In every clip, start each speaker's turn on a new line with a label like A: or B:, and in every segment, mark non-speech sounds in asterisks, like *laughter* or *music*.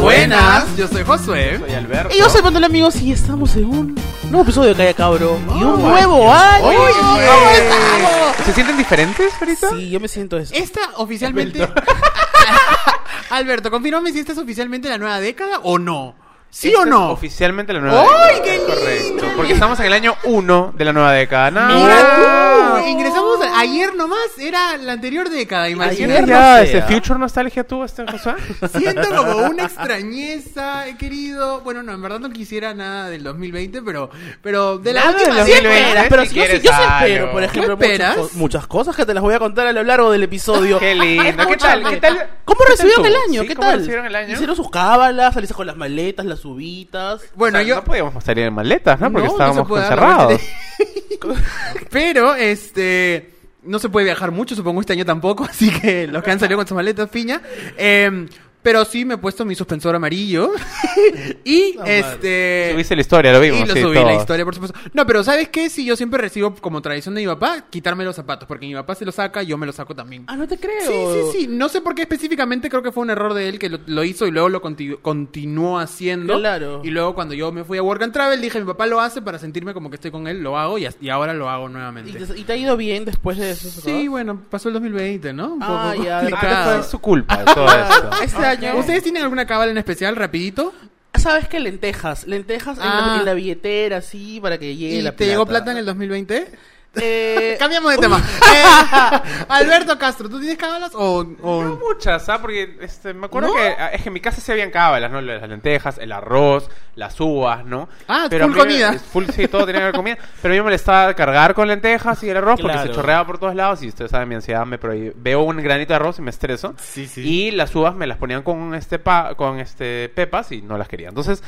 A: buenas, yo soy Josué.
B: Soy Alberto.
C: Y yo soy Pantol amigos y estamos en un nuevo episodio de Calla Cabro. y un nuevo año.
A: Oye,
C: ¿Cómo
A: pues.
C: estamos? Eh,
A: ¿Se sienten diferentes ahorita?
C: Sí, yo me siento eso.
A: Esta oficialmente.
B: *laughs*
A: Alberto, confírmame si esta es oficialmente la nueva década o no. ¿Sí
B: Esta
A: o
B: es
A: no?
B: Oficialmente la nueva
A: ¡Ay,
B: década.
A: qué lindo!
B: Correcto. Porque estamos en el año 1 de la nueva década. No. Ah.
A: Mira tú, ingresamos a- ayer nomás, era la anterior década, imagínate.
B: ¿Tienes
C: Ayer.
B: ya
C: no
B: ese
C: sea.
B: Future Nostalgia tú, este, Josué?
A: Siento como una extrañeza, he querido. Bueno, no, en verdad no quisiera nada del 2020, pero, pero de la
B: Nada
A: última
B: del
C: Sí
B: 2020.
A: década.
C: esperas,
B: si
C: ah, pero sí, yo, sí,
B: quieres
C: yo sí
B: algo.
C: espero, por ejemplo,
A: ¿Qué esperas?
C: muchas, co- muchas cosas que te las voy a contar a lo largo
B: *laughs*
C: del
B: *laughs*
C: episodio.
B: Qué lindo. ¿Qué tal? ¿Qué tal?
C: ¿Cómo
B: ¿Qué tal
C: recibieron
B: tú?
C: el año?
B: Sí,
C: ¿Qué
B: ¿Cómo
C: tal?
B: recibieron el año?
C: Hicieron sus cábalas, felices con las maletas, las ubitas.
A: Bueno,
B: O sea,
A: yo.
B: No podíamos salir en maletas, ¿no? Ah, Porque
A: No, no se
B: estábamos
A: puede dar la
B: encerrados.
A: *laughs* Pero, este. No se puede viajar mucho, supongo, este año tampoco. *laughs* Así que los que han salido con sus maletas, piña. Em, pero sí me he puesto mi suspensor amarillo. *laughs* y este.
B: Subiste la historia, lo vimos.
A: y lo
B: sí,
A: subí
B: todo.
A: la historia, por supuesto. No, pero ¿sabes qué? Si yo siempre recibo como tradición de mi papá, quitarme los zapatos. Porque mi papá se los saca, yo me los saco también.
C: Ah, no te creo.
A: Sí, sí, sí. No sé por qué específicamente creo que fue un error de él que lo, lo hizo y luego lo conti- continuó haciendo.
C: Claro.
A: Y luego cuando yo me fui a Work and Travel dije, mi papá lo hace para sentirme como que estoy con él, lo hago y, as- y ahora lo hago
C: ¿Y
A: nuevamente.
C: te, y te ha ido bien después de eso?
A: Sí, bueno, pasó el 2020, ¿no? Un
C: Ah,
A: poco
C: ya,
B: Ah,
C: de
B: pero
A: complicado. Ah,
B: fue su culpa todo esto.
C: Este año.
A: ¿Ustedes tienen alguna cábala en especial, rapidito?
C: ¿Sabes qué? Lentejas. Lentejas en la-
A: Ah.
C: en, la, billetera, así, para que llegue
A: ¿Y
C: la
A: te llegó plata en el 2020? *laughs*
C: Eh, *laughs*
A: Cambiamos de tema. Eh, Alberto Castro, ¿tú tienes cábalas o...? o-
B: No muchas, ¿ah? Porque este, me acuerlo que ah, es que en mi casa se habían cábalas, ¿no? Las lentejas, el arroz, las uvas, ¿no?
A: Ah,
B: Pero a
A: full
B: mí me-
A: comida.
B: es Full, sí, todo tenía que ver con comida. Pero a mí me molestaba cargar con lentejas y el arroz porque
C: Claro.
B: se chorreaba por todos lados y ustedes saben mi ansiedad, me prohí- veo un granito de arroz y me estreso.
A: Sí, sí.
B: Y las uvas me las ponían con este pa- con este pepas y no las quería. Entonces,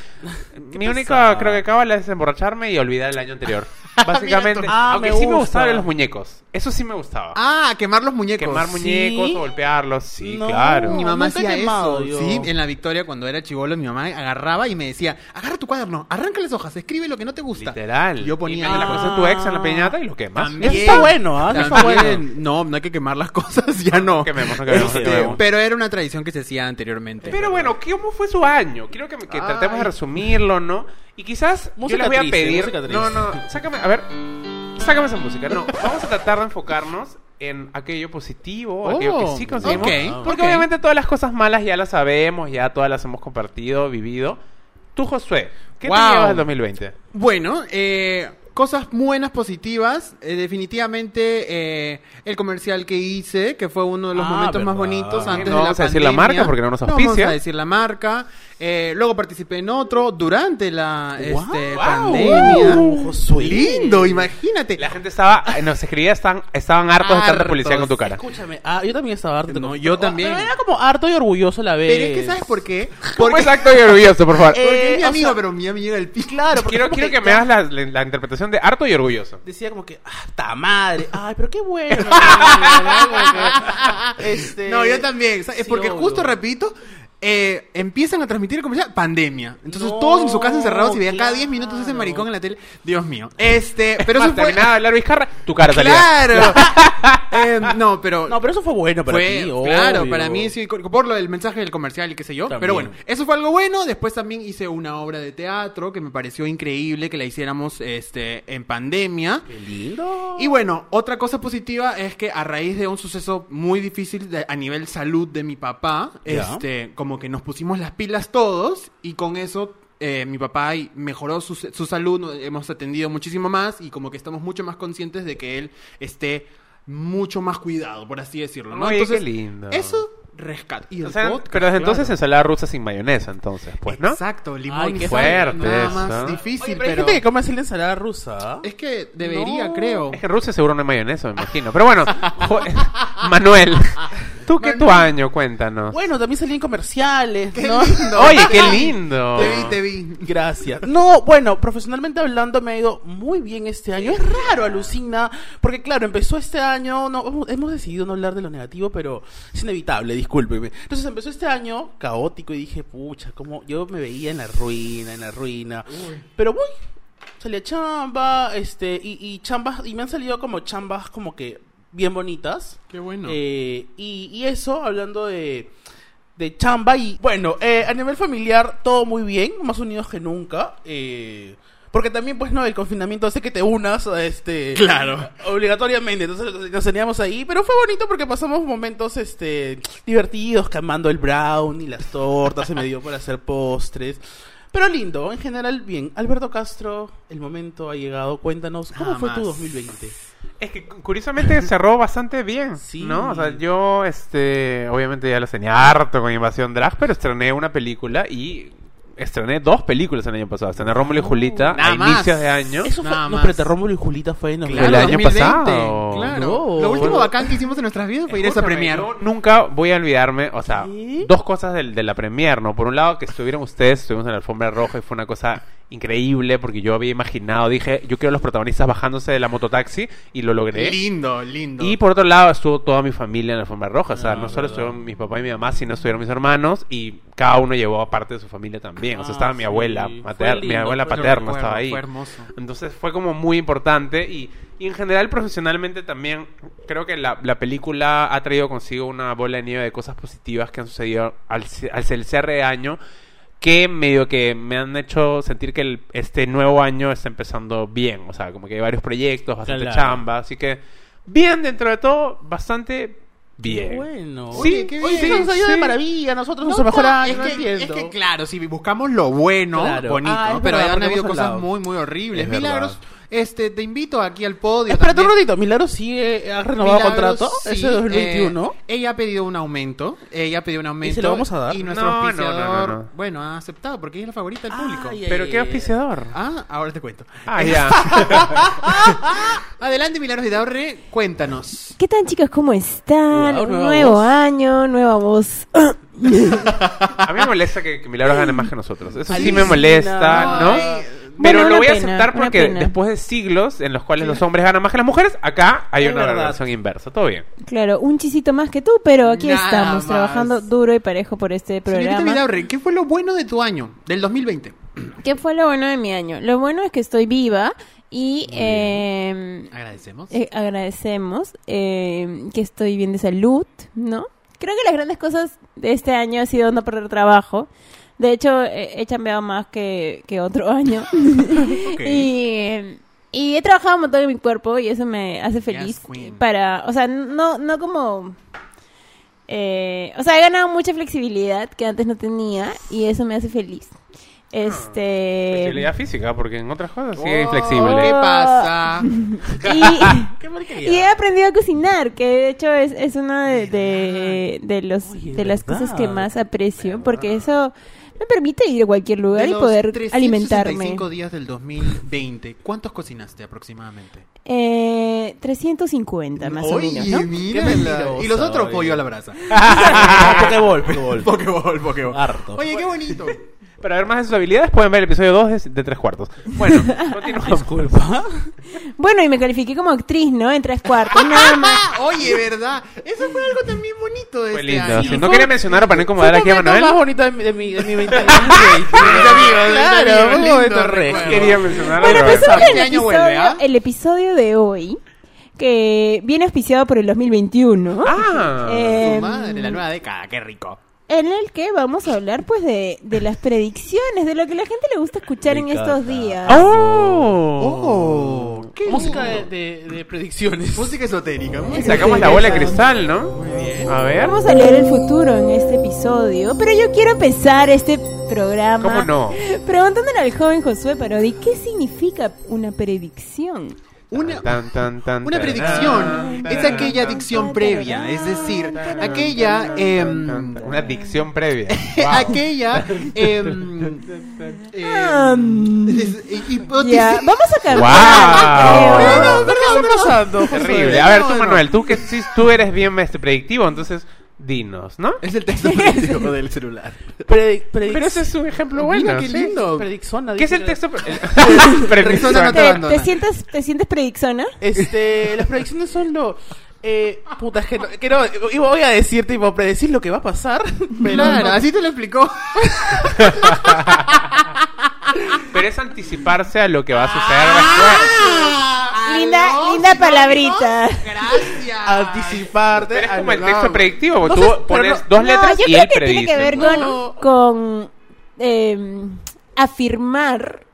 B: mi única
C: pesado.
B: creo que cábala es emborracharme y olvidar el año anterior. Básicamente,
C: Ah,
B: aunque
C: me
B: sí me
C: gusta.
B: gustaban los muñecos. Eso sí me gustaba.
A: Ah, quemar los muñecos.
B: Quemar
A: Sí.
B: muñecos
C: ¿Sí?
B: o golpearlos. Sí,
C: No.
B: claro.
A: Mi mamá
C: nunca he
A: hacía
C: quemado
A: eso.
C: yo.
A: Sí, en la Victoria cuando era chivolo, mi mamá agarraba y me decía, agarra tu cuaderno, arranca las hojas, escribe lo que no te gusta.
B: Literal.
A: Y Yo ponía.
B: Y me la conoces tu ex en la piñata y lo quemas.
A: También.
C: Eso está bueno, ¿ah? Eso está
A: También-
C: bueno.
A: No, no hay que quemar las *laughs* cosas, ya no.
B: No quememos, no quememos, no
A: Este,
B: quememos.
A: Pero era una tradición que se hacía anteriormente.
B: Pero bueno, ¿cómo fue su año? Quiero que, que tratemos
A: Ay.
B: de resumirlo, ¿no? Y quizás yo
C: Música
B: les voy a
C: triste,
B: pedir.
C: música triste.
B: No, no, sácame, a ver. Sácame esa música. No, vamos a tratar de enfocarnos en aquello positivo,
A: Oh,
B: aquello que sí conseguimos.
A: ok,
B: porque
A: ok.
B: obviamente todas las cosas malas ya las sabemos, ya todas las hemos compartido, vivido. Tú, Josué, ¿qué te
A: Wow.
B: llevas del 2020?
A: Bueno, eh, cosas buenas, positivas. Eh, definitivamente eh, el comercial que hice, que fue uno de los
C: Ah,
A: momentos más
C: verdad.
A: bonitos
C: Sí,
A: antes de
B: no
A: la
B: vamos a decir la
A: pandemia.
B: marca porque no nos
A: vamos
B: auspicia.
A: a decir la marca. Eh, luego participé en otro durante la este,
C: Guau,
A: pandemia.
C: guau, Josué.
A: Lindo, imagínate.
B: La gente estaba, nos escribía, estaban, estaban hartos de tanta
A: Hartos.
B: publicidad con tu cara.
C: Escúchame, ah, yo también estaba harto. te
A: No,
C: confieso.
A: yo también.
C: Pero era como harto y orgulloso a la vez.
A: Pero es que ¿sabes por qué?
B: ¿Cómo
A: Porque,
B: es acto y orgulloso, por favor?
A: porque
C: Eh,
A: es mi
C: o
A: amigo,
C: sea-
A: pero mi amigo era el pico.
C: Claro, porque
B: quiero
C: como
B: quiero que me hagas la, la interpretación de harto y orgulloso.
C: Decía como que, ah, ta madre. Ay, pero qué
A: *laughs*
C: bueno. ¿no? Como que, este...
A: No, yo también. ¿sabes?
C: sí,
A: porque justo,
C: obvio.
A: repito, eh, empiezan a transmitir como ya pandemia. Entonces
C: No,
A: todos en su casa encerrados y veían cada 10 minutos ese
C: claro.
A: maricón en la tele. Dios mío. Este, pero
B: Pero
A: eso fue...
B: terminaba de hablar Vizcarra, tu cara *laughs* salía.
C: *laughs*
A: Claro. Eh, no, pero...
C: No, pero eso fue bueno para
A: fue,
C: ti,
A: claro,
C: obvio.
A: para mí sí, por lo del mensaje del comercial y qué sé yo.
C: También.
A: Pero bueno, eso fue algo bueno. Después también hice una obra de teatro que me pareció increíble que la hiciéramos este, en pandemia.
C: Qué lindo.
A: Y bueno, otra cosa positiva es que a raíz de un suceso muy difícil de- a nivel salud de mi papá,
C: Ya.
A: este, como que nos pusimos las pilas todos y con eso eh, mi papá y- mejoró su, su salud, nos- hemos atendido muchísimo más y como que estamos mucho más conscientes de que él esté mucho más cuidado, por así decirlo, ¿no?
B: Oye, qué lindo.
A: Eso rescata. Y el
B: O sea,
A: vodka,
B: pero desde entonces
A: claro.
B: ensalada rusa sin mayonesa, entonces, pues, ¿no?
A: Exacto, limón
C: Ay,
A: y sal,
C: qué
B: fuerte
A: Nada
B: eso,
A: más
B: ¿no?
A: difícil,
C: Oye, pero, hay
A: pero,
C: gente que come así la ensalada rusa.
A: es que debería,
C: No.
A: creo.
B: Es que en Rusia seguro no hay mayonesa, me imagino. Pero bueno, *laughs* jo- Manuel, ¿tú qué tu año? Cuéntanos.
C: Bueno, también salí en comerciales, ¿no?
B: Oye, qué lindo.
A: Te vi, te vi.
C: Gracias. No, bueno, profesionalmente hablando me ha ido muy bien este año. Es raro, alucina, porque claro, empezó este año, no, hemos- hemos decidido no hablar de lo negativo, pero es inevitable, discúlpeme. Entonces empezó este año caótico y dije, pucha, como yo me veía en la ruina, en la ruina. Pero voy, salí a chamba, este, y, y chambas, y me han salido como chambas como que bien bonitas.
A: Qué bueno.
C: Eh, y, y eso, hablando de, de chamba. Y bueno, eh, a nivel familiar, todo muy bien, más unidos que nunca. eh, porque también, pues no, el confinamiento hace que te unas a este.
A: Claro.
C: Obligatoriamente. Entonces nos teníamos ahí. Pero fue bonito porque pasamos momentos este divertidos, camando el brownie, las tortas, se me dio por hacer postres. Pero lindo, en general bien. Alberto Castro, el momento ha llegado. Cuéntanos, ¿cómo
A: Nada
C: fue tu
A: más.
C: 2020?
B: Es que cu- curiosamente cerró bastante bien,
C: Sí.
B: ¿no? O sea, yo, este, obviamente ya lo tenía harto con Invasión Drag, pero estrené una película y estrené dos películas el año pasado. Estrené Rómulo y Julita
A: Uh, Nada
B: a
A: más.
B: inicios de año.
C: Eso fue.
A: Nada
C: No,
A: más.
C: espérate, Rómulo y Julita fue en
B: Claro. El año pasado.
A: Claro.
C: No.
A: Lo último
C: Bueno.
A: bacán que hicimos en nuestras vidas fue ir a esa
B: Escúchame,
A: premiere.
B: yo Nunca voy a olvidarme, o sea,
C: ¿Qué?
B: dos cosas del- de la premier, ¿no? Por un lado, que estuvieron ustedes, estuvimos en la alfombra roja y fue una cosa increíble porque yo había imaginado, dije, yo quiero a los protagonistas bajándose de la mototaxi y lo logré.
A: Lindo, lindo.
B: Y por otro lado estuvo toda mi familia en la alfombra roja. O sea,
C: Ah,
B: no solo
C: verdad.
B: estuvieron mis papás y mi mamá, sino estuvieron mis hermanos y cada uno llevó a parte de su familia también. O sea,
C: Ah,
B: estaba
C: sí.
B: mi abuela,
C: Fue
B: mater- mi
C: lindo,
B: abuela
C: fue-
A: Lo
B: paterna
A: recuerdo,
B: estaba ahí.
A: Fue hermoso.
B: Entonces fue como muy importante y, y en general profesionalmente también creo que la, la película ha traído consigo una bola de nieve de cosas positivas que han sucedido al, ce- al el cierre de año que medio que me han hecho sentir que el- este nuevo año está empezando bien, o sea, como que hay varios proyectos, bastante
C: Claro.
B: chamba, así que bien dentro de todo, bastante bien.
C: Bueno.
A: Sí, Oye, qué bien.
C: nos ha ido de
B: sí.
C: maravilla, nosotros nuestro
A: No,
C: mejor
A: no,
C: año,
A: es
C: no
A: que,
C: entiendo.
A: es que, claro, si buscamos lo bueno,
C: Claro.
A: bonito,
C: Ah, es
A: pero
C: verdad,
A: han
C: porque
A: habido
C: hemos
A: cosas
C: hablado.
A: muy, muy horribles.
B: Es
A: Milagros,
B: verdad.
A: este, te invito aquí al podio.
C: Espérate un
A: también.
C: ratito, Milagros sigue ha renovado
A: Milagros,
C: contrato
A: sí, *laughs*
C: ese 2021.
A: eh, ella ha pedido un aumento. Ella ha pedido un aumento.
C: lo vamos a dar?
A: Y nuestro
B: No, no, no, no,
A: auspiciador,
B: no.
A: bueno, ha aceptado porque ella es la favorita del público.
C: Ay, ay,
B: Pero
C: ay,
B: qué
C: ay.
B: auspiciador.
A: Ah, ahora te cuento.
B: Ah, ya.
A: Adelante, Milagros Vidaurre, cuéntanos.
D: ¿Qué tal chicos? ¿Cómo están?
C: Wow,
D: Un
C: nueva
D: nuevo
C: voz.
D: año,
A: *laughs*
D: nueva voz.
B: A mí me molesta que, que Milagros gane más que nosotros. Eso sí
C: Alucina.
B: me molesta, Ah, ¿no?
A: Ay.
B: Pero lo
D: Bueno, una
B: voy a
D: pena,
B: aceptar
D: una
B: porque
D: pena.
B: después de siglos en los cuales los hombres ganan más que las mujeres, acá hay
C: Es
B: una
C: verdad.
B: relación inversa. Todo bien.
D: claro, un chisito más que tú, pero aquí
A: Nada
D: estamos,
A: más.
D: trabajando duro y parejo por este
A: Señorita
D: programa.
A: Vidaurre, ¿qué fue lo bueno de tu año, del 2020?
D: ¿Qué fue lo bueno de mi año? Lo bueno es que estoy viva y eh,
A: Agradecemos.
D: eh, agradecemos eh, que estoy bien de salud, ¿no? Creo que las grandes cosas de este año ha sido no perder trabajo. De hecho, eh, he chambeado más que, que otro año.
A: *laughs* Ok.
D: *laughs* Y, y he trabajado un montón en mi cuerpo y eso me hace feliz.
A: queen.
D: para, o sea, no, no como... eh, o sea, he ganado mucha flexibilidad que antes no tenía y eso me hace feliz.
A: Ah,
D: Este...
B: Flexibilidad física, porque en otras cosas sí
A: Oh,
B: es inflexible.
A: ¿Qué
D: *laughs*
A: pasa? *laughs*
D: y-
C: Qué
D: Y he aprendido a cocinar, que de hecho es, es una de, de, de los,
C: Oye,
D: de las
C: ¿verdad?
D: cosas que más aprecio, porque eso me permite ir a cualquier lugar
A: De
D: y
A: los
D: poder
A: 365
D: alimentarme.
A: días del 2020, ¿cuántos cocinaste aproximadamente?
D: Eh, 350 más o menos, ¿no?
A: mírala.
C: Qué mentirosa,
A: Y los otros
C: oye.
A: pollo a la
B: *laughs*
A: brasa. *laughs*
C: Pokéball, Pokéball.
A: Pokéball, Pokéball.
C: Harto.
A: Oye, qué bonito.
B: *laughs* Para ver más de sus habilidades, pueden ver el episodio 2 de, de Tres Cuartos.
D: *laughs*
B: Bueno, continuamos.
C: Disculpa.
D: Bueno, y me califiqué como actriz, ¿no? En
A: *laughs*
D: tres cuartos, nada más.
A: Ah, Oye, ¿verdad? Eso fue algo también bonito de
B: Fue
A: este
B: lindo.
A: año.
B: Si no quería
D: Em,
B: mencionar para no incomodar aquí a
C: Es
B: Manuel.
C: más bonito de mi, de mi, de mi 2020.
A: amigo,
C: claro,
A: lindo
C: un momento
A: recuerdo.
C: re.
B: eh, Quería mencionar
D: Bueno,
B: a
D: pues
B: Roberto.
D: sobre el
A: ¿Qué año
D: episodio,
A: vuelve, ah?
D: el episodio de hoy, que viene auspiciado por el 2021.
B: Ah,
D: Eh,
A: Su madre, la nueva década, qué rico.
D: en el que vamos a hablar pues de, de las predicciones, de lo que la gente le gusta escuchar
C: Me
D: en
C: encanta.
D: estos días.
A: Ah,
B: ¡Oh!
A: qué
C: Música de,
A: lindo.
C: de, de predicciones.
A: Música esotérica.
B: Y
A: música
B: Sacamos la
A: esotérica.
B: bola de cristal, ¿no? A ver.
D: Vamos a leer el futuro en este episodio, pero yo quiero empezar este programa
B: ¿Cómo
D: *laughs*
B: no?
D: preguntándole al joven Josué Parodi qué significa una predicción.
A: Una,
B: Tan, tan, tan,
A: Una
B: tan,
A: predicción
B: tan,
A: es
B: tan,
A: aquella
B: tan,
A: dicción previa, es decir, aquella em, *laughs*
B: Una adicción
D: *laughs*
B: previa.
A: aquella em,
D: Ah,
A: em,
D: mm,
A: es- hipótesis.
D: ya, vamos a
A: Ah,
B: Wow.
D: cambiar. creo.
A: No, no, no, no.
B: Terrible. A ver,
A: Pues No,
B: tú,
A: no.
B: Manuel, tú que sí, tú eres bien este, predictivo, entonces dinos, ¿no?
A: Es el texto predictivo del celular.
C: Predi- predic-
B: Pero ese es un ejemplo
A: Mira
B: bueno.
A: qué
B: sí.
A: lindo.
C: prediczona,
B: ¿Qué es
C: dice
B: el
C: la-
B: texto? *laughs* el-
A: Persona no
B: predicción?
A: te
D: ¿Te,
A: abandona.
D: te sientes, ¿Te sientes predicciona?
C: Este, las predicciones son lo. Eh, puta, es que, no, que no, y voy a decir, tipo, predecir lo que va a pasar. *laughs* pero
A: Claro,
C: no.
A: así te lo
B: *laughs*
A: explicó. Ah,
B: Pero es anticiparse a lo que va a suceder después.
D: Linda, linda palabrita.
A: Gracias.
B: Ah,
C: Anticiparte.
B: Pero es como el
C: alargar.
B: texto predictivo, porque
C: ah, No
B: tú
C: sé, pero
B: pones
C: no-
B: dos
D: No,
B: letras
D: yo
B: y
D: creo
B: él
D: que
B: predice.
D: tiene que ver
B: ¿no?
D: con,
C: No.
D: con, eh, afirmar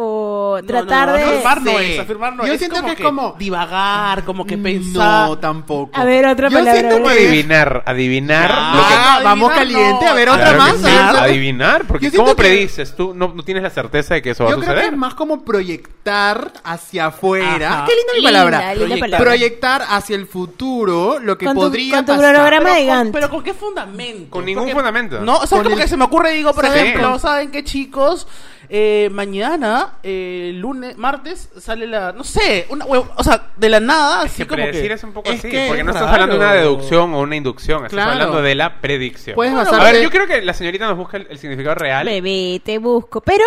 D: o tratar
C: no, no,
D: de...
C: Afirmar no
A: Sí.
C: es, afirmar no
A: Yo
C: es.
A: siento que es como-
C: divagar, como
B: Mm,
C: que pensar.
A: No, tampoco.
D: Mm. A ver, otra
A: Yo
D: palabra,
A: siento
D: a
A: que-
D: ver.
B: Adivinar, adivinar.
A: Ah,
B: lo que-
A: vamos
C: adivinar,
A: caliente.
C: no.
A: A ver,
C: Claro
A: otra
B: que
A: más.
B: sí,
A: A ver,
B: adivinar, porque
A: Yo
B: ¿cómo
A: siento que-
B: predices? Tú no, no tienes la certeza de que eso va a
A: Yo creo que
B: suceder.
A: es más como proyectar hacia afuera.
C: Ajá.
A: Qué linda mi
D: Linda,
A: palabra.
D: linda
A: proyectar.
D: palabra.
A: Proyectar hacia el futuro lo que
D: Con tu-
A: podría
D: con tu
A: pasar.
D: cronograma. Programa de
C: pero,
D: Gantt.
C: con, pero con qué fundamento?
B: Con ningún
C: Porque-
B: fundamento.
C: No, o sea,
A: Con
C: como
A: el-
C: que se me ocurre, digo, por
A: Sí.
C: ejemplo, ¿saben qué, chicos? Eh, mañana, eh, lunes, martes, sale la. No sé, una, hue- o sea, de la nada, así
B: Que
C: como
B: predecir
C: que.
B: es un poco
A: es
B: así,
A: que
B: porque
A: es
B: no estás
A: raro.
B: hablando de una deducción o una inducción, estás
A: Claro.
B: hablando de la predicción.
A: Puedes
B: a
A: basarte-
B: ver, yo creo que la señorita nos busca el, el significado real.
D: Bebé, te busco. Pero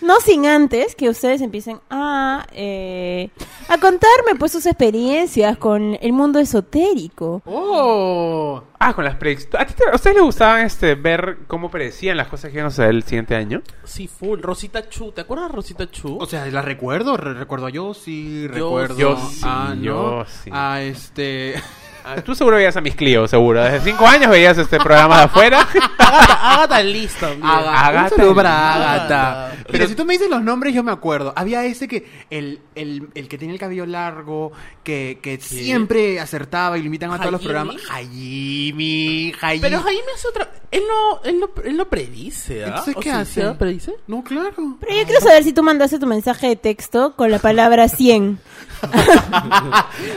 D: no sin antes que ustedes empiecen a, eh, a contarme pues sus experiencias con el mundo esotérico.
A: Oh.
B: Ah, con las predicciones. ¿A, ti te- a ustedes les gustaba este, ver cómo predecían las cosas que iban a suceder el siguiente año?
C: Sí, full. Rosita Chu, ¿te acuerdas de Rosita Chu?
A: O sea, la recuerdo, Re- recuerdo a Yossi, recuerdo
B: sí,
A: a ¿no?
B: yo sí.
A: a este *laughs*
B: Ah, Tú seguro veías a mis Clio, seguro. Desde cinco años veías este programa de
A: *laughs*
B: afuera.
C: Agata, Agata lista. bien.
A: Agatha.
B: *laughs* Agatha.
A: Un saludo para Agatha.
C: Agatha.
A: Pero si tú me dices los nombres, yo me acuerdo. Había ese que, el, el, el que tiene el cabello largo, que, que siempre acertaba y lo invitan a todos los
C: ¿Jaime?
A: programas. Jaime, Jaime.
C: Pero Jaime hace otra. Él no, él no, él no predice. ¿ah?
A: Entonces,
C: O
A: ¿qué
C: sea,
A: hace?
C: ¿sí? ¿Predice?
A: No, claro.
D: Pero yo quiero saber si tú mandaste tu mensaje de texto con la palabra 100.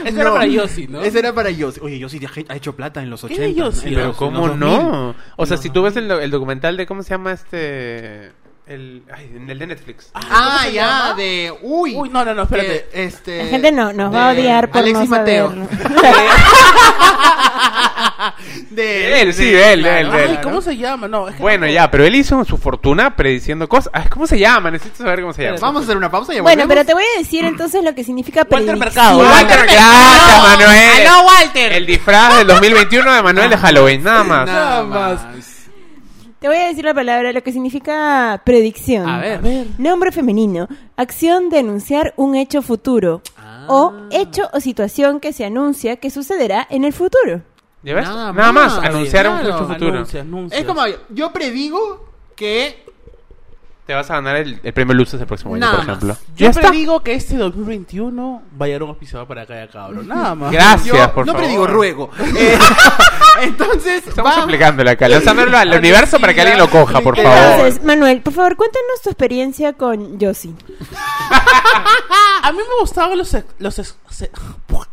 C: Eso era para Yossi, ¿no?
A: Ese era para Yossi. Oye, Yossi ha- ha hecho plata en los
C: ¿Qué
A: 80.
C: de Yossi?
A: en
B: Pero
A: los-
B: ¿cómo
A: en los 2000.
B: no? O sea, si tú ves el, do- el documental de cómo se llama este el, ay, el de Netflix.
C: ¿Cómo
A: Ah,
C: se
A: ya,
C: llama?
A: de... Uy.
C: Uy, no, no, no, espérate.
A: Eh, este...
D: La gente no, nos va a
A: de
D: odiar por
A: Alexis
D: no
A: Mateo. *laughs*
B: De él, sí, de él, de él, de él.
C: Ay, ¿cómo se llama? No, es que
B: Bueno,
C: no-
B: ya, pero él hizo su fortuna prediciendo cosas. Ay, ¿Cómo se llama? Necesito saber cómo se llama.
A: Vamos a hacer una pausa y ya
D: bueno,
A: volvemos.
D: pero te voy a decir entonces lo que significa
C: Walter
D: predicción.
C: Mercado.
B: Walter, gracias, Manuel.
C: ¡Aló, Walter!
B: El disfraz del 2021 de Manuel de Halloween, nada más.
A: Ah, Nada más.
D: Te voy a decir la palabra, lo que significa predicción.
A: A ver.
D: Nombre femenino, acción de anunciar un hecho futuro
A: Ah.
D: o hecho o situación que se anuncia que sucederá en el futuro.
B: ¿Ya ves?
A: Nada
B: Nada,
A: más.
B: más. Anunciar un
A: Claro,
B: hecho futuro.
C: Anuncia, anuncia.
A: Es como yo predigo que
B: Te vas a ganar el, el premio Luces el próximo año,
A: Nada
B: por ejemplo.
A: más.
C: Yo
B: Ya está.
C: predigo que este 2021 vaya a un auspiciador para cada cabrón. Nada más.
B: Gracias,
A: yo
B: por
A: no
B: favor.
A: predigo ruego. Eh, *laughs* entonces
B: Estamos
A: va-
B: explicándola acá, lanzándolo al universo para que alguien lo coja, por favor.
D: Entonces, Manuel, por favor, cuéntanos tu experiencia con Yossi.
C: A mí me gustaban los... ex- los ex- se-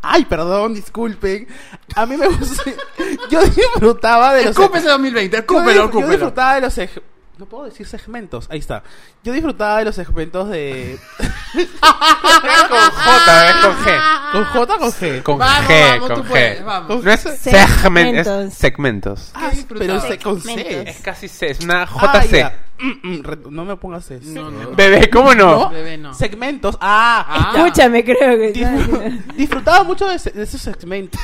C: Ay, perdón, disculpen. A mí me gustaba... *laughs* Yo disfrutaba *laughs* de los...
A: Escupe ese 2020,
C: yo,
A: escúpelo,
C: dif- yo
A: escúpelo. *laughs*
C: disfrutaba de los... ex- No puedo decir segmentos. Ahí está. Yo disfrutaba de los segmentos
A: *laughs*
C: de...
B: Es con
A: ¿eh?
B: J, es con G.
C: ¿Con J o con G?
B: Con
A: Vamos,
B: G,
A: vamos,
B: con
A: tú
B: G.
A: puedes, vamos.
B: No es segmen, es
D: Segmentos.
B: segmentos.
C: Ah,
A: ¿Qué disfrutaba?
C: pero se- con C.
D: Segmentos.
B: Es casi C, es una
C: Ah,
B: JC.
C: ya. Mm, mm, re- no me pongas eso.
A: No, no.
B: Bebé, ¿cómo no?
C: ¿No?
A: Bebé, *laughs* no.
C: Segmentos. Ah,
A: Ah.
D: Escúchame, creo que...
C: Disfr- disfrutaba mucho de, se- de esos segmentos.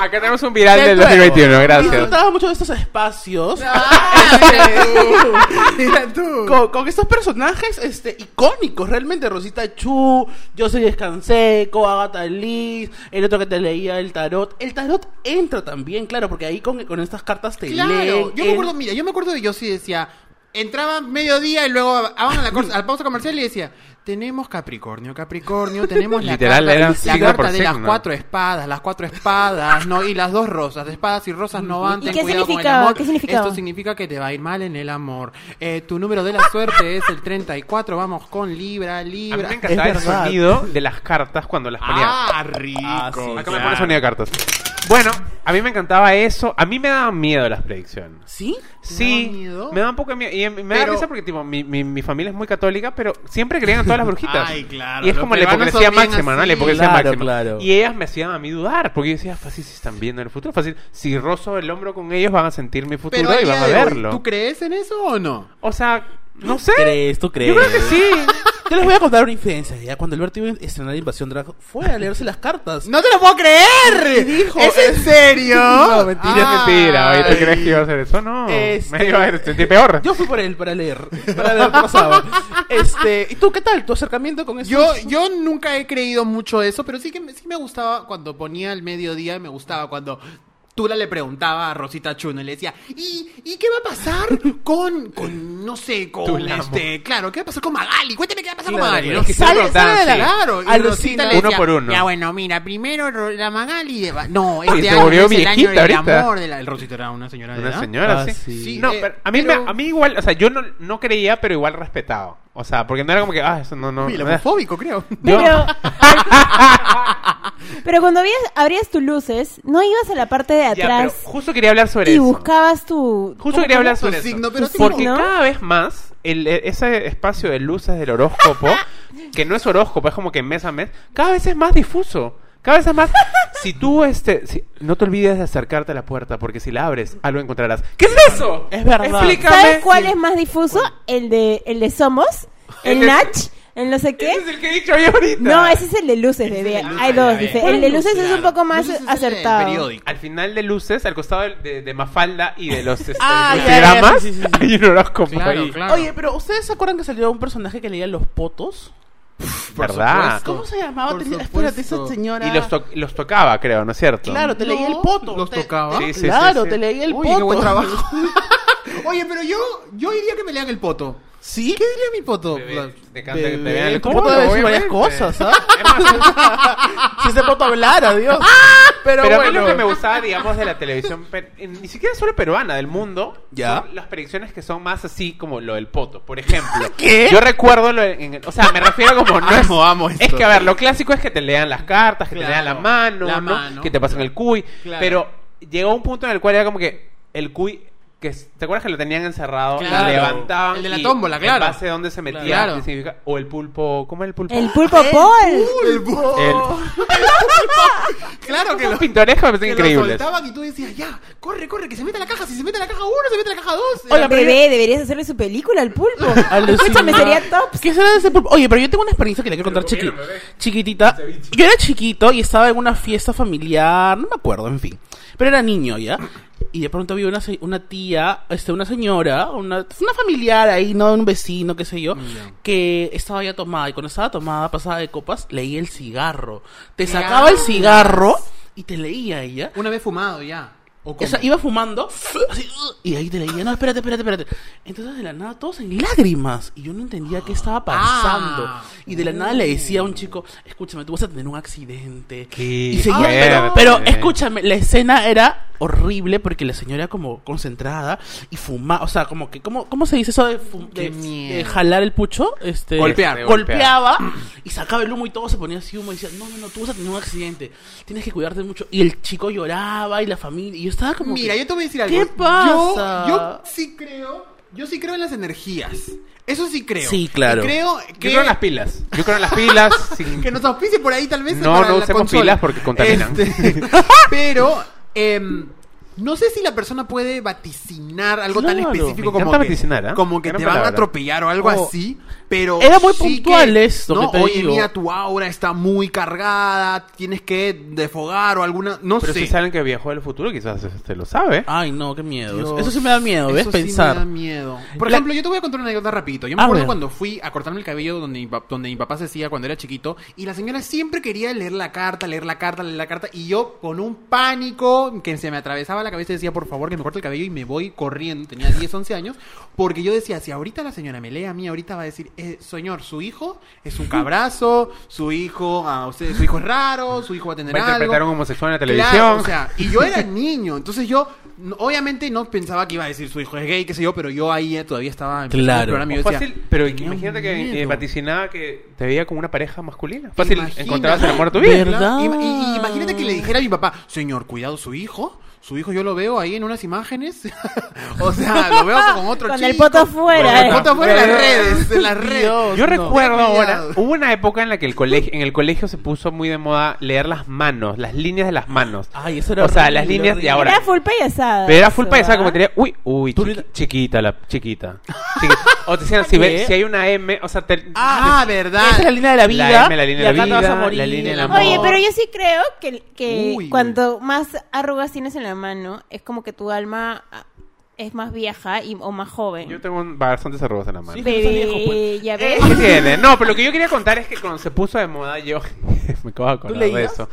B: Acá tenemos un viral del
C: Del juego.
B: 2021, gracias.
C: Disfrutaba mucho de estos espacios.
A: Ah, mira tú. Mira tú.
C: Con, con estos personajes este, icónicos, realmente. Rosita Chu, Yo soy Escanseco, Agatha Liz, el otro que te leía el tarot. El tarot entra también, claro, porque ahí con, con estas cartas te leen.
A: Claro, yo me
C: el-
A: acuerdo, mira, yo me acuerdo de yo sí decía, entraba mediodía y luego iban a la, cor- a la pausa comercial y decía, tenemos Capricornio, Capricornio, tenemos la
B: Literal,
A: carta,
B: era
A: la
B: signo
A: carta
B: por
A: de las
B: signo.
A: cuatro espadas, las cuatro espadas, no, y las dos rosas, de espadas y rosas no van,
D: ¿Y
A: ten
D: qué
A: cuidado con el
D: significaba?
A: amor.
D: ¿Qué significaba?
A: Esto significa que te va a ir mal en el amor. Eh, tu número de la suerte es el 34, vamos con Libra,
B: A mí
A: Libra.
B: me encantaba
C: Es
B: el
C: verdad.
B: sonido de las cartas cuando las ponía.
A: Ah, rico.
C: Ah, sí,
B: Acá me
A: claro.
B: pone sonido de cartas. Bueno, a mí me encantaba eso. A mí me daban miedo las predicciones.
C: ¿Sí?
B: Sí,
A: daba miedo?
B: me da un poco de miedo. Y em- me da
A: Pero-
B: risa porque, tipo, mi, mi, mi familia es muy católica, pero siempre creían en todas las brujitas.
A: Ay, claro,
B: Y es
A: los
B: como la
A: peruanos
B: hipocresía
A: son bien
B: máxima, ¿no?
A: así.
B: La hipocresía
C: Claro,
B: máxima.
C: claro.
B: Y ellas me hacían a mí dudar, porque yo decía, fácil si están viendo el futuro, fácil. Si rozo el hombro con ellos, van a sentir mi futuro
A: Pero a
B: y
A: día
B: van a
A: de hoy,
B: verlo.
A: ¿tú crees en eso o no?
B: O sea, no sé.
C: ¿Crees? ¿Tú crees?
B: Yo creo que sí.
C: Yo les voy a contar una infidencia. Ya cuando Alberto iba a estrenar Invasión Drag, fue a leerse las cartas.
A: ¡No te lo puedo creer!
C: dijo,
A: ¿Es en serio?
C: *laughs* No, mentira,
B: Mentira,
A: Ah.
B: mentira. Oye, ¿Tú crees que iba a hacer eso? No.
C: Este-
B: Me iba a sentir peor.
C: Yo fui por él para leer, para ver qué pasaba. Este, ¿y tú qué tal tu acercamiento con eso?
A: Yo, yo nunca he creído mucho eso, pero sí que me- sí me gustaba cuando ponía el mediodía y me gustaba cuando Tula le preguntaba a Rosita Chuno y le decía, ¿y, y qué va a pasar con, con no sé, con
B: Tula,
A: este, claro, qué va a pasar con Magali? Cuéntame qué va a pasar
C: Claro,
A: con Magali.
C: pero
A: ¿no?
B: es que
A: Sale,
B: siempre
A: sale de la
B: preguntaban, sí.
A: claro. Y
C: Alucina.
A: Rosita le
B: Uno
A: decía,
B: por uno.
A: Ya bueno, mira, primero Ro- la Magali, de... no,
B: se
A: este año
B: volvió
A: es el año
B: viejita
A: del
B: ahorita.
A: amor. De la... El Rosita era una señora de
B: Una
A: edad.
B: señora,
C: Ah,
B: sí.
C: sí.
A: Sí,
B: No,
A: eh,
B: pero a mí,
A: pero-
B: Me, a mí igual, o sea, yo no, no creía, pero igual respetaba. O sea, porque no era como que, ah, eso no, no.
A: Uy, el
B: no-
A: homofóbico, creo.
B: Yo- *laughs*
D: Pero, pero cuando abrías, abrías tus luces, no ibas a la parte de
B: Ya, pero
D: atrás
B: justo quería hablar sobre
D: y
B: eso.
D: buscabas tu...
B: Justo
D: ¿cómo-
B: quería hablar
A: Tu
B: sobre eso.
A: signo, pero
D: Tu
A: sí,
D: signo.
B: Porque
D: ¿no?
B: cada vez más el, e- ese espacio de luces del *laughs* horóscopo, que no es horóscopo, es como que mes a mes, cada vez es más difuso. Cada vez es *laughs* más. Si tú, este. si- no te olvides de acercarte a la puerta, porque si la abres, algo encontrarás. ¿Qué es eso?
C: Es verdad.
B: Explícame.
D: ¿Sabes cuál es más difuso? El de, el
A: *laughs*
D: de Somos,
B: El
D: el
B: de-
D: Nach, el no sé
B: Ese es
D: qué.
B: el que he dicho yo ahorita.
D: No, ese es el de luces,
A: Ese es
D: bebé.
A: el de luces,
D: Hay dos,
A: ya,
D: dice.
A: ya.
D: El de luces es un
A: Claro.
D: poco más
A: Luces es el de
D: acertado.
A: periódico.
B: Al final de luces, al costado de, de- de Mafalda y de los este,
C: Ah, ya,
B: crucigramas,
C: ya, sí, sí, sí, sí.
B: hay un horóscopo
A: Claro,
B: ahí.
A: claro.
C: Oye, pero ¿ustedes se acuerdan que salió un personaje que leía los potos?
A: Por
B: ¿Verdad?
A: supuesto.
C: ¿Cómo se llamaba?
A: Por
C: Tenía-
A: supuesto.
C: espérate, esa señora.
B: Y los, to- los tocaba, creo, ¿no es cierto?
C: Claro, te leía el poto.
A: ¿Los
C: Te-
A: tocaba?
B: Sí, sí, sí,
C: claro,
B: sí.
C: te leía el
A: Uy,
C: poto.
A: qué buen trabajo. Oye, pero yo, yo diría que me lean el poto.
C: *laughs* ¿Sí?
A: ¿Qué diría mi poto?
B: Bebé, te encanta que te
C: Bebé,
B: vean el
C: tu poto
B: poto,
C: debe decir varias
B: obviamente.
C: cosas,
B: *laughs*
C: ¿ah?
A: *laughs*
C: si ese poto hablara, Dios. Pero,
B: Pero, a mí
C: bueno.
B: lo que me gustaba, digamos, de la televisión, per- eh, ni siquiera solo peruana, del mundo,
C: Ya.
B: son las predicciones que son más así como lo del poto, por ejemplo.
A: *laughs*
C: ¿Qué?
B: Yo recuerdo, lo en- en- o sea, me refiero como no es...
A: Amo, amo esto.
B: Es que, a ver, lo clásico es que te lean las cartas, que te
A: Claro.
B: lean la mano,
A: La
B: ¿no?
A: mano.
B: que te pasen el cuy,
A: Claro.
B: pero llegó un punto en el cual era como que el cuy... Que, s- ¿Te acuerdas que lo tenían encerrado?
A: Claro.
B: Lo levantaban.
A: El de la
B: y
A: tómbola,
B: en
A: claro.
B: base a dónde se metía.
A: Claro.
B: qué significa- o el pulpo. ¿Cómo es el pulpo?
D: El pulpo Paul.
A: El poto.
B: El-
A: Claro que
B: Esos
A: lo,
B: pintorescos me
A: que
B: parecen
A: lo
B: increíbles.
A: soltaban y tú decías, ya, corre, corre, que se meta a la caja. Si se mete a la caja uno, se mete a la caja dos.
C: Hola, pero
D: Bebé, deberías hacerle su película
B: *laughs*
D: al pulpo.
C: Alucina.
D: Escúchame, sería tops.
C: ¿Qué será de ese pulpo? Oye, pero yo tengo una experiencia que le quiero contar chiqui-
B: comieron, bebé.
C: chiquitita.
B: Ceviche.
C: Yo era chiquito y estaba en una fiesta familiar, no me acuerdo, en fin. Pero era niño, ¿ya? Y de pronto había una, se- una tía, este, una señora, una, una familiar ahí, ¿no? Un vecino, qué sé yo, que estaba ya tomada. Y cuando estaba tomada, pasada de copas, leía el cigarro. Te sacaba el cigarro y te leía ella.
A: Una vez fumado ya. ¿O
C: O
A: cómo?
C: sea, iba fumando *laughs* así, uh, y ahí te leía, no, espérate, espérate, espérate. Entonces de la nada todos en lágrimas y yo no entendía qué estaba pasando.
A: Ah.
C: y de la nada le decía a un chico, escúchame, tú vas a tener un accidente.
B: Qué
C: y seguía,
B: fuerte.
C: pero, pero
A: eh,
C: escúchame, la escena era horrible porque la señora como concentrada y fumaba, o sea, como que, ¿cómo, cómo se dice eso de, fu-
A: Qué
C: de-
A: miedo.
C: de jalar el pucho? Este,
A: Golpear.
B: Este,
C: golpeaba y sacaba el humo y todo se ponía así humo y decía, no, no, no, tú vas a tener un accidente, tienes que cuidarte mucho. Y el chico lloraba y la familia, y yo estaba como...
A: Mira,
C: que-
A: yo te voy a decir algo.
C: ¿Qué pasa?
A: Yo, yo sí creo, yo sí creo en las energías. Eso sí creo.
C: Sí, claro.
A: Y creo
B: Yo
A: que...
B: creo en las pilas. Yo creo en las pilas.
A: *laughs*
B: sin-
A: Que nos auspicie por ahí tal vez.
B: No,
A: para
B: no
A: la
B: usemos
A: consola.
B: pilas porque contaminan. *laughs*
A: Este, pero em, no sé si la persona puede vaticinar algo tan
C: Claro.
A: específico
B: Me
A: como
B: encanta
A: que,
B: vaticinar, ¿ah?
A: como que
B: Gran
A: te van a
B: palabra.
A: atropellar o algo
C: Oh.
A: así, pero
C: Era muy
A: sí
C: puntual esto que
A: No,
C: te
A: oye,
C: digo.
A: mira, tu aura está muy cargada, tienes que defogar o alguna, no
B: Pero
A: sé.
B: si saben que viajó del futuro, quizás te lo sabe.
A: Ah,
C: Ay, no, qué miedo.
A: Dios,
C: Eso sí me da miedo, ¿ves?
A: eso sí
C: Pensar.
A: me da miedo. Por
C: La- Ah,
A: ejemplo, yo te voy a contar una anécdota rapidito. Yo me
C: A
A: acuerdo
C: ver.
A: cuando fui a cortarme el cabello donde mi, pa- donde mi papá se hacía cuando era chiquito y la señora siempre quería leer la carta, leer la carta, leer la carta y yo con un pánico que se me atravesaba la cabeza decía, por favor, que me corte el cabello y me voy corriendo. Tenía 10, 11 años porque yo decía, si ahorita la señora me lee a mí, ahorita va a decir, eh, señor, su hijo es un cabrazo, su hijo, ah, usted, su hijo es raro, su hijo va a tener
B: Va a interpretar a
A: algo.
B: un homosexual en la televisión.
A: Claro, o sea, y yo era niño, entonces yo no- obviamente no pensaba que iba a decir su hijo es gay, qué sé yo, pero yo ahí eh, todavía estaba en
C: Claro.
A: el programa y yo
B: O
A: decía,
B: fácil, pero
A: tenía
B: imagínate que eh,
A: miedo.
B: vaticinaba que te veía como una pareja masculina. Fácil,
A: Imagínate.
B: encontrabas el amor de tu
A: Claro,
B: vida.
C: Ver- ¿Verdad?
A: ima- y- y imagínate que le dijera a mi papá, señor, cuidado su hijo, su hijo yo lo veo ahí en unas imágenes, *laughs* o sea, lo veo con otro
D: Con
A: chico.
D: el poto
A: Con
D: afuera.
A: el
D: eh.
A: poto afuera en las redes, en
B: *laughs*
A: las
C: Dios,
A: redes.
B: Yo
C: No.
B: recuerdo
A: Ten
B: ahora,
A: cuidado.
B: hubo una época en la que el colegio, en el colegio se puso muy de moda leer las manos, las líneas de las manos.
C: Ay, eso era
B: O sea,
A: Ah,
C: horrible,
B: las líneas de
C: horrible.
B: ahora.
D: Era full payasada. pesada.
B: Pero era full
D: ¿ah?
B: pesada, como tenía, uy, uy,
C: Tú
B: chiqui-
C: le-
B: chiquita la
C: *laughs*
B: chiquita. Chiqui- O te decían, si, ve-
C: ¿Qué?
B: si hay una M, o sea, te-
A: Ah,
C: Esa es la
A: verdad.
C: línea de la vida.
B: La M, la línea
C: y
B: de la
C: acá te vas
B: vida,
C: a morir.
B: la línea del amor.
D: Oye, pero yo sí creo que, que
A: Uy,
D: cuanto más arrugas tienes en la mano, es como que tu alma ah, es más vieja y, o más joven.
B: yo tengo un- bastantes arrugas en la mano.
C: Sí.
D: Bebé,
C: Estás viejo, pues.
D: ya ves.
B: ¿Qué tiene? No, pero lo que yo quería contar es que cuando se puso de moda yo *laughs* me acabo de acordar de
C: leías?
B: eso.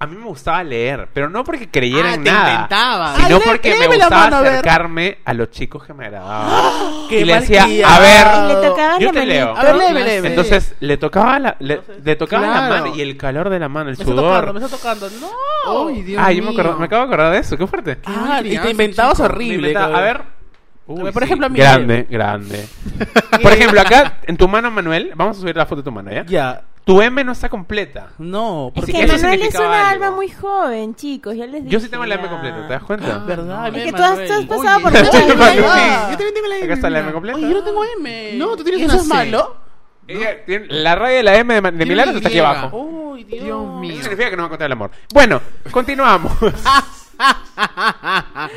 B: A mí me gustaba leer, pero no porque creyera
A: Ah,
B: en
A: te
B: nada,
A: inventaba.
B: sino
C: Ah, le-
B: porque me
C: léeme la
B: gustaba
C: mano, a ver.
B: acercarme a los chicos que me agradaban.
C: Qué
B: y le decía,
C: malcriado.
B: a ver,
D: Le tocabas
B: yo
D: la
B: te leo.
D: manito.
C: A ver, léeme, léeme.
B: Entonces le tocaba la, le, le tocaba la
A: Claro.
B: mano y el calor de la mano, el
C: me está tocando, me
B: sudor.
C: está tocando. No.
A: Ay, Dios
B: Ah, yo me,
A: mío.
B: acuerdo- me acabo de acordar de eso, qué fuerte.
C: Ah, y te
A: malcriado,
C: inventabas
A: chico.
B: Me
C: horrible.
B: inventa- a
C: cabrón.
B: ver.
C: Por ejemplo, a mí-
B: Grande, *laughs* grande. Por ejemplo, acá en tu mano, Manuel, vamos a subir la foto de tu mano, ¿ya?
C: Ya.
B: Tu M no está completa.
C: No,
D: Es
B: Sí,
C: porque
D: que
B: eso
D: Manuel es
B: significaba
D: una
B: algo.
D: alma muy joven, chicos. Ya les dije,
B: Yo sí tengo la M
D: ya.
B: completa, ¿te das cuenta?
C: ¿Verdad?
D: Es
C: M,
D: que tú has, tú has
C: Manuel.
D: pasado
A: Oye,
D: por
B: *laughs*
A: yo
D: muchas
B: tengo la M.
D: vidas.
A: Yo también tengo la M.
B: Acá está la M
A: mira.
B: completa.
C: Oye, yo no tengo M.
A: No, tú tienes
C: ¿Y
A: una
C: ¿Eso es
A: C.
C: malo?
B: Ella tiene- La raya de la M de, Ma- de
A: Tiene
B: Milagros
A: una
B: está aquí
A: Y.
B: abajo.
C: Uy, Dios.
A: Dios mío.
B: Eso significa que no va a encontrar el amor. Bueno, *laughs* continuamos.
A: Ah,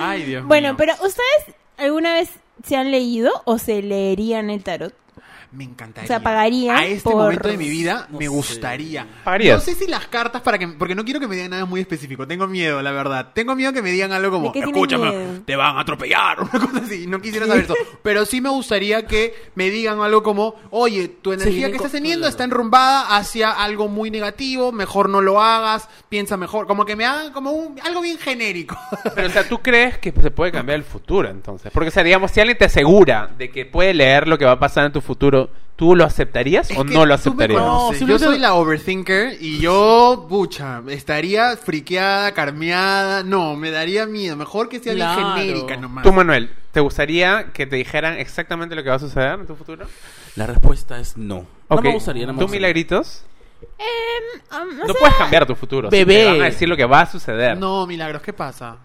A: Ay, Dios
D: Bueno,
A: mío.
D: pero ¿ustedes alguna vez se han leído o se leerían el tarot?
A: Me encantaría.
D: O sea, pagaría
A: A este
D: por-
A: momento de mi vida
C: No
A: me
C: sé.
A: gustaría.
B: ¿Pagarías?
A: No sé si las cartas para que. Porque no quiero que me digan nada muy específico. Tengo miedo, la verdad. Tengo miedo que me digan algo como.
D: ¿De qué tienes miedo?
A: Escúchame, te van a atropellar. *laughs* Una cosa así. No quisiera saber eso. Pero sí me gustaría que me digan algo como. Oye, tu energía
C: vienen
A: que
C: con-
A: estás teniendo está enrumbada hacia algo muy negativo. Mejor no lo hagas. Piensa mejor. Como que me hagan como un- algo bien genérico. *laughs*
B: Ah, Pero, o sea, ¿tú crees que se puede cambiar el futuro entonces? Porque, o sea, digamos, si alguien te asegura de que puede leer lo que va a pasar en tu futuro, ¿tú lo aceptarías
A: Es
B: o
A: que
B: no lo
A: tú me
B: aceptarías?
A: conoces,
C: No,
A: yo
C: simplemente-
A: soy la overthinker y yo, pucha, estaría friqueada, carmeada. No, me daría miedo. Mejor que sea bien
C: Claro.
A: genérica nomás.
B: Tú, Manuel, ¿te gustaría que te dijeran exactamente lo que va a suceder en tu futuro?
C: La respuesta es no. No
B: Ok.
C: me gustaría, no me
B: ¿Tú,
C: gustaría.
B: Milagritos?
D: Ah,
B: No,
D: o sea,
B: puedes cambiar tu futuro. así
C: Bebé.
B: Te van a decir lo que va a suceder.
A: No, milagros, ¿qué pasa?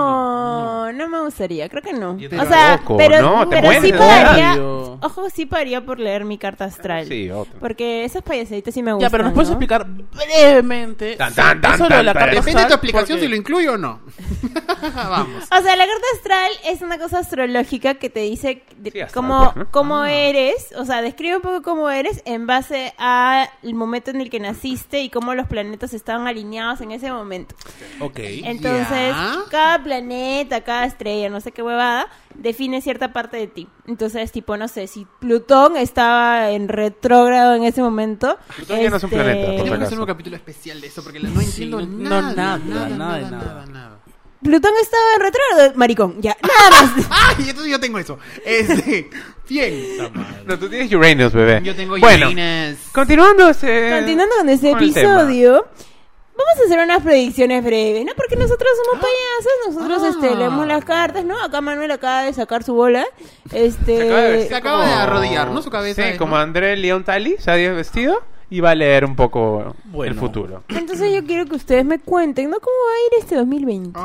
D: No, no me gustaría, creo que no.
B: Yo
D: o
B: tampoco,
D: sea, pero,
B: no, te
D: pero
B: mueres
D: sí
B: de
D: pagaría,
C: odio.
D: ojo, sí pagaría por leer mi carta astral.
B: Sí, otro.
D: Porque esas payasaditas sí me gustan.
C: Ya, pero nos puedes
D: ¿no?
C: explicar brevemente.
B: Tan, tan, tan,
C: eso de la
B: tan, tan.
C: carta
A: Depende de tu
C: astral,
A: aplicación
C: porque-
A: si lo incluyo o no. Vamos.
D: O sea, la carta astral es una cosa astrológica que te dice de-
B: Sí, astral,
D: cómo,
B: pues, ¿no?
D: cómo eres, o sea, describe un poco cómo eres en base al momento en el que naciste y cómo los planetas estaban alineados en ese momento.
C: Ok.
D: Entonces,
A: Ya.
D: cada planeta, cada estrella, no sé qué huevada, define cierta parte de ti. Entonces, tipo, no sé, si Plutón estaba en retrógrado en ese momento. este,
B: Plutón ya no es un planeta, por si
A: Tenemos que
B: acaso.
A: hacer un capítulo especial de eso porque no entiendo
C: no- no,
A: nada, nada,
C: nada,
A: nada,
C: nada de
A: nada,
C: nada.
A: nada. *laughs*
D: Plutón estaba en retrógrado, maricón, ya,
B: Ah,
D: nada más.
A: Ay, entonces yo tengo eso. Este, bien.
D: Pues-
B: No, tú tienes Uranus, bebé.
A: Yo tengo
B: Bueno,
A: Uranus.
B: continuando ese...
D: Continuando con este
B: eh, el tema.
D: episodio, vamos a hacer unas predicciones breves, ¿no? Porque nosotros somos payasos, nosotros
A: Ah.
D: este, leemos las cartas, ¿no? Acá Manuel acaba de sacar su bola. Este,
B: Se acaba de, vestir
A: Se acaba de
B: como-
A: arrodillar, ¿no? Su cabeza
B: Sí,
A: es,
B: como
A: ¿no?
B: André León Tali, se ha vestido y va a leer un poco
C: Bueno.
B: el futuro.
D: Entonces yo quiero que ustedes me cuenten, ¿no? ¿Cómo va a ir este 2021?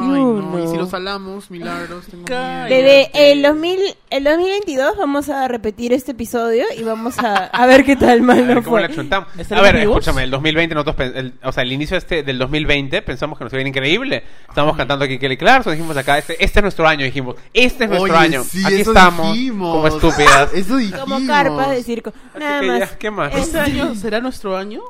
A: Ay, no. Y si lo salamos, milagros, tengo
C: Cállate.
A: miedo.
D: Bebé, el, 2000, el 2022 vamos a repetir este episodio y vamos a, a ver qué
B: *laughs*
D: tal
B: A
D: mal
B: ver,
D: no
B: ¿cómo
D: fue.
B: la chuntamos?
C: ¿Están
B: A ver,
C: vivos?
B: escúchame, el 2020, nosotros, pen- el- o sea, el inicio este del 2020 pensamos que nos iba a ir increíble. Estábamos cantando aquí Kelly Clarkson, dijimos acá, este, este es nuestro año, dijimos, este es nuestro
A: Oye,
B: año.
A: sí,
B: aquí
A: eso
B: estamos,
A: dijimos.
B: como estúpidas.
A: *laughs* Eso dijimos.
D: Como carpas de circo. Nada
B: que ya,
D: más.
B: ¿qué más?
D: Es-
C: ¿Este año será nuestro año?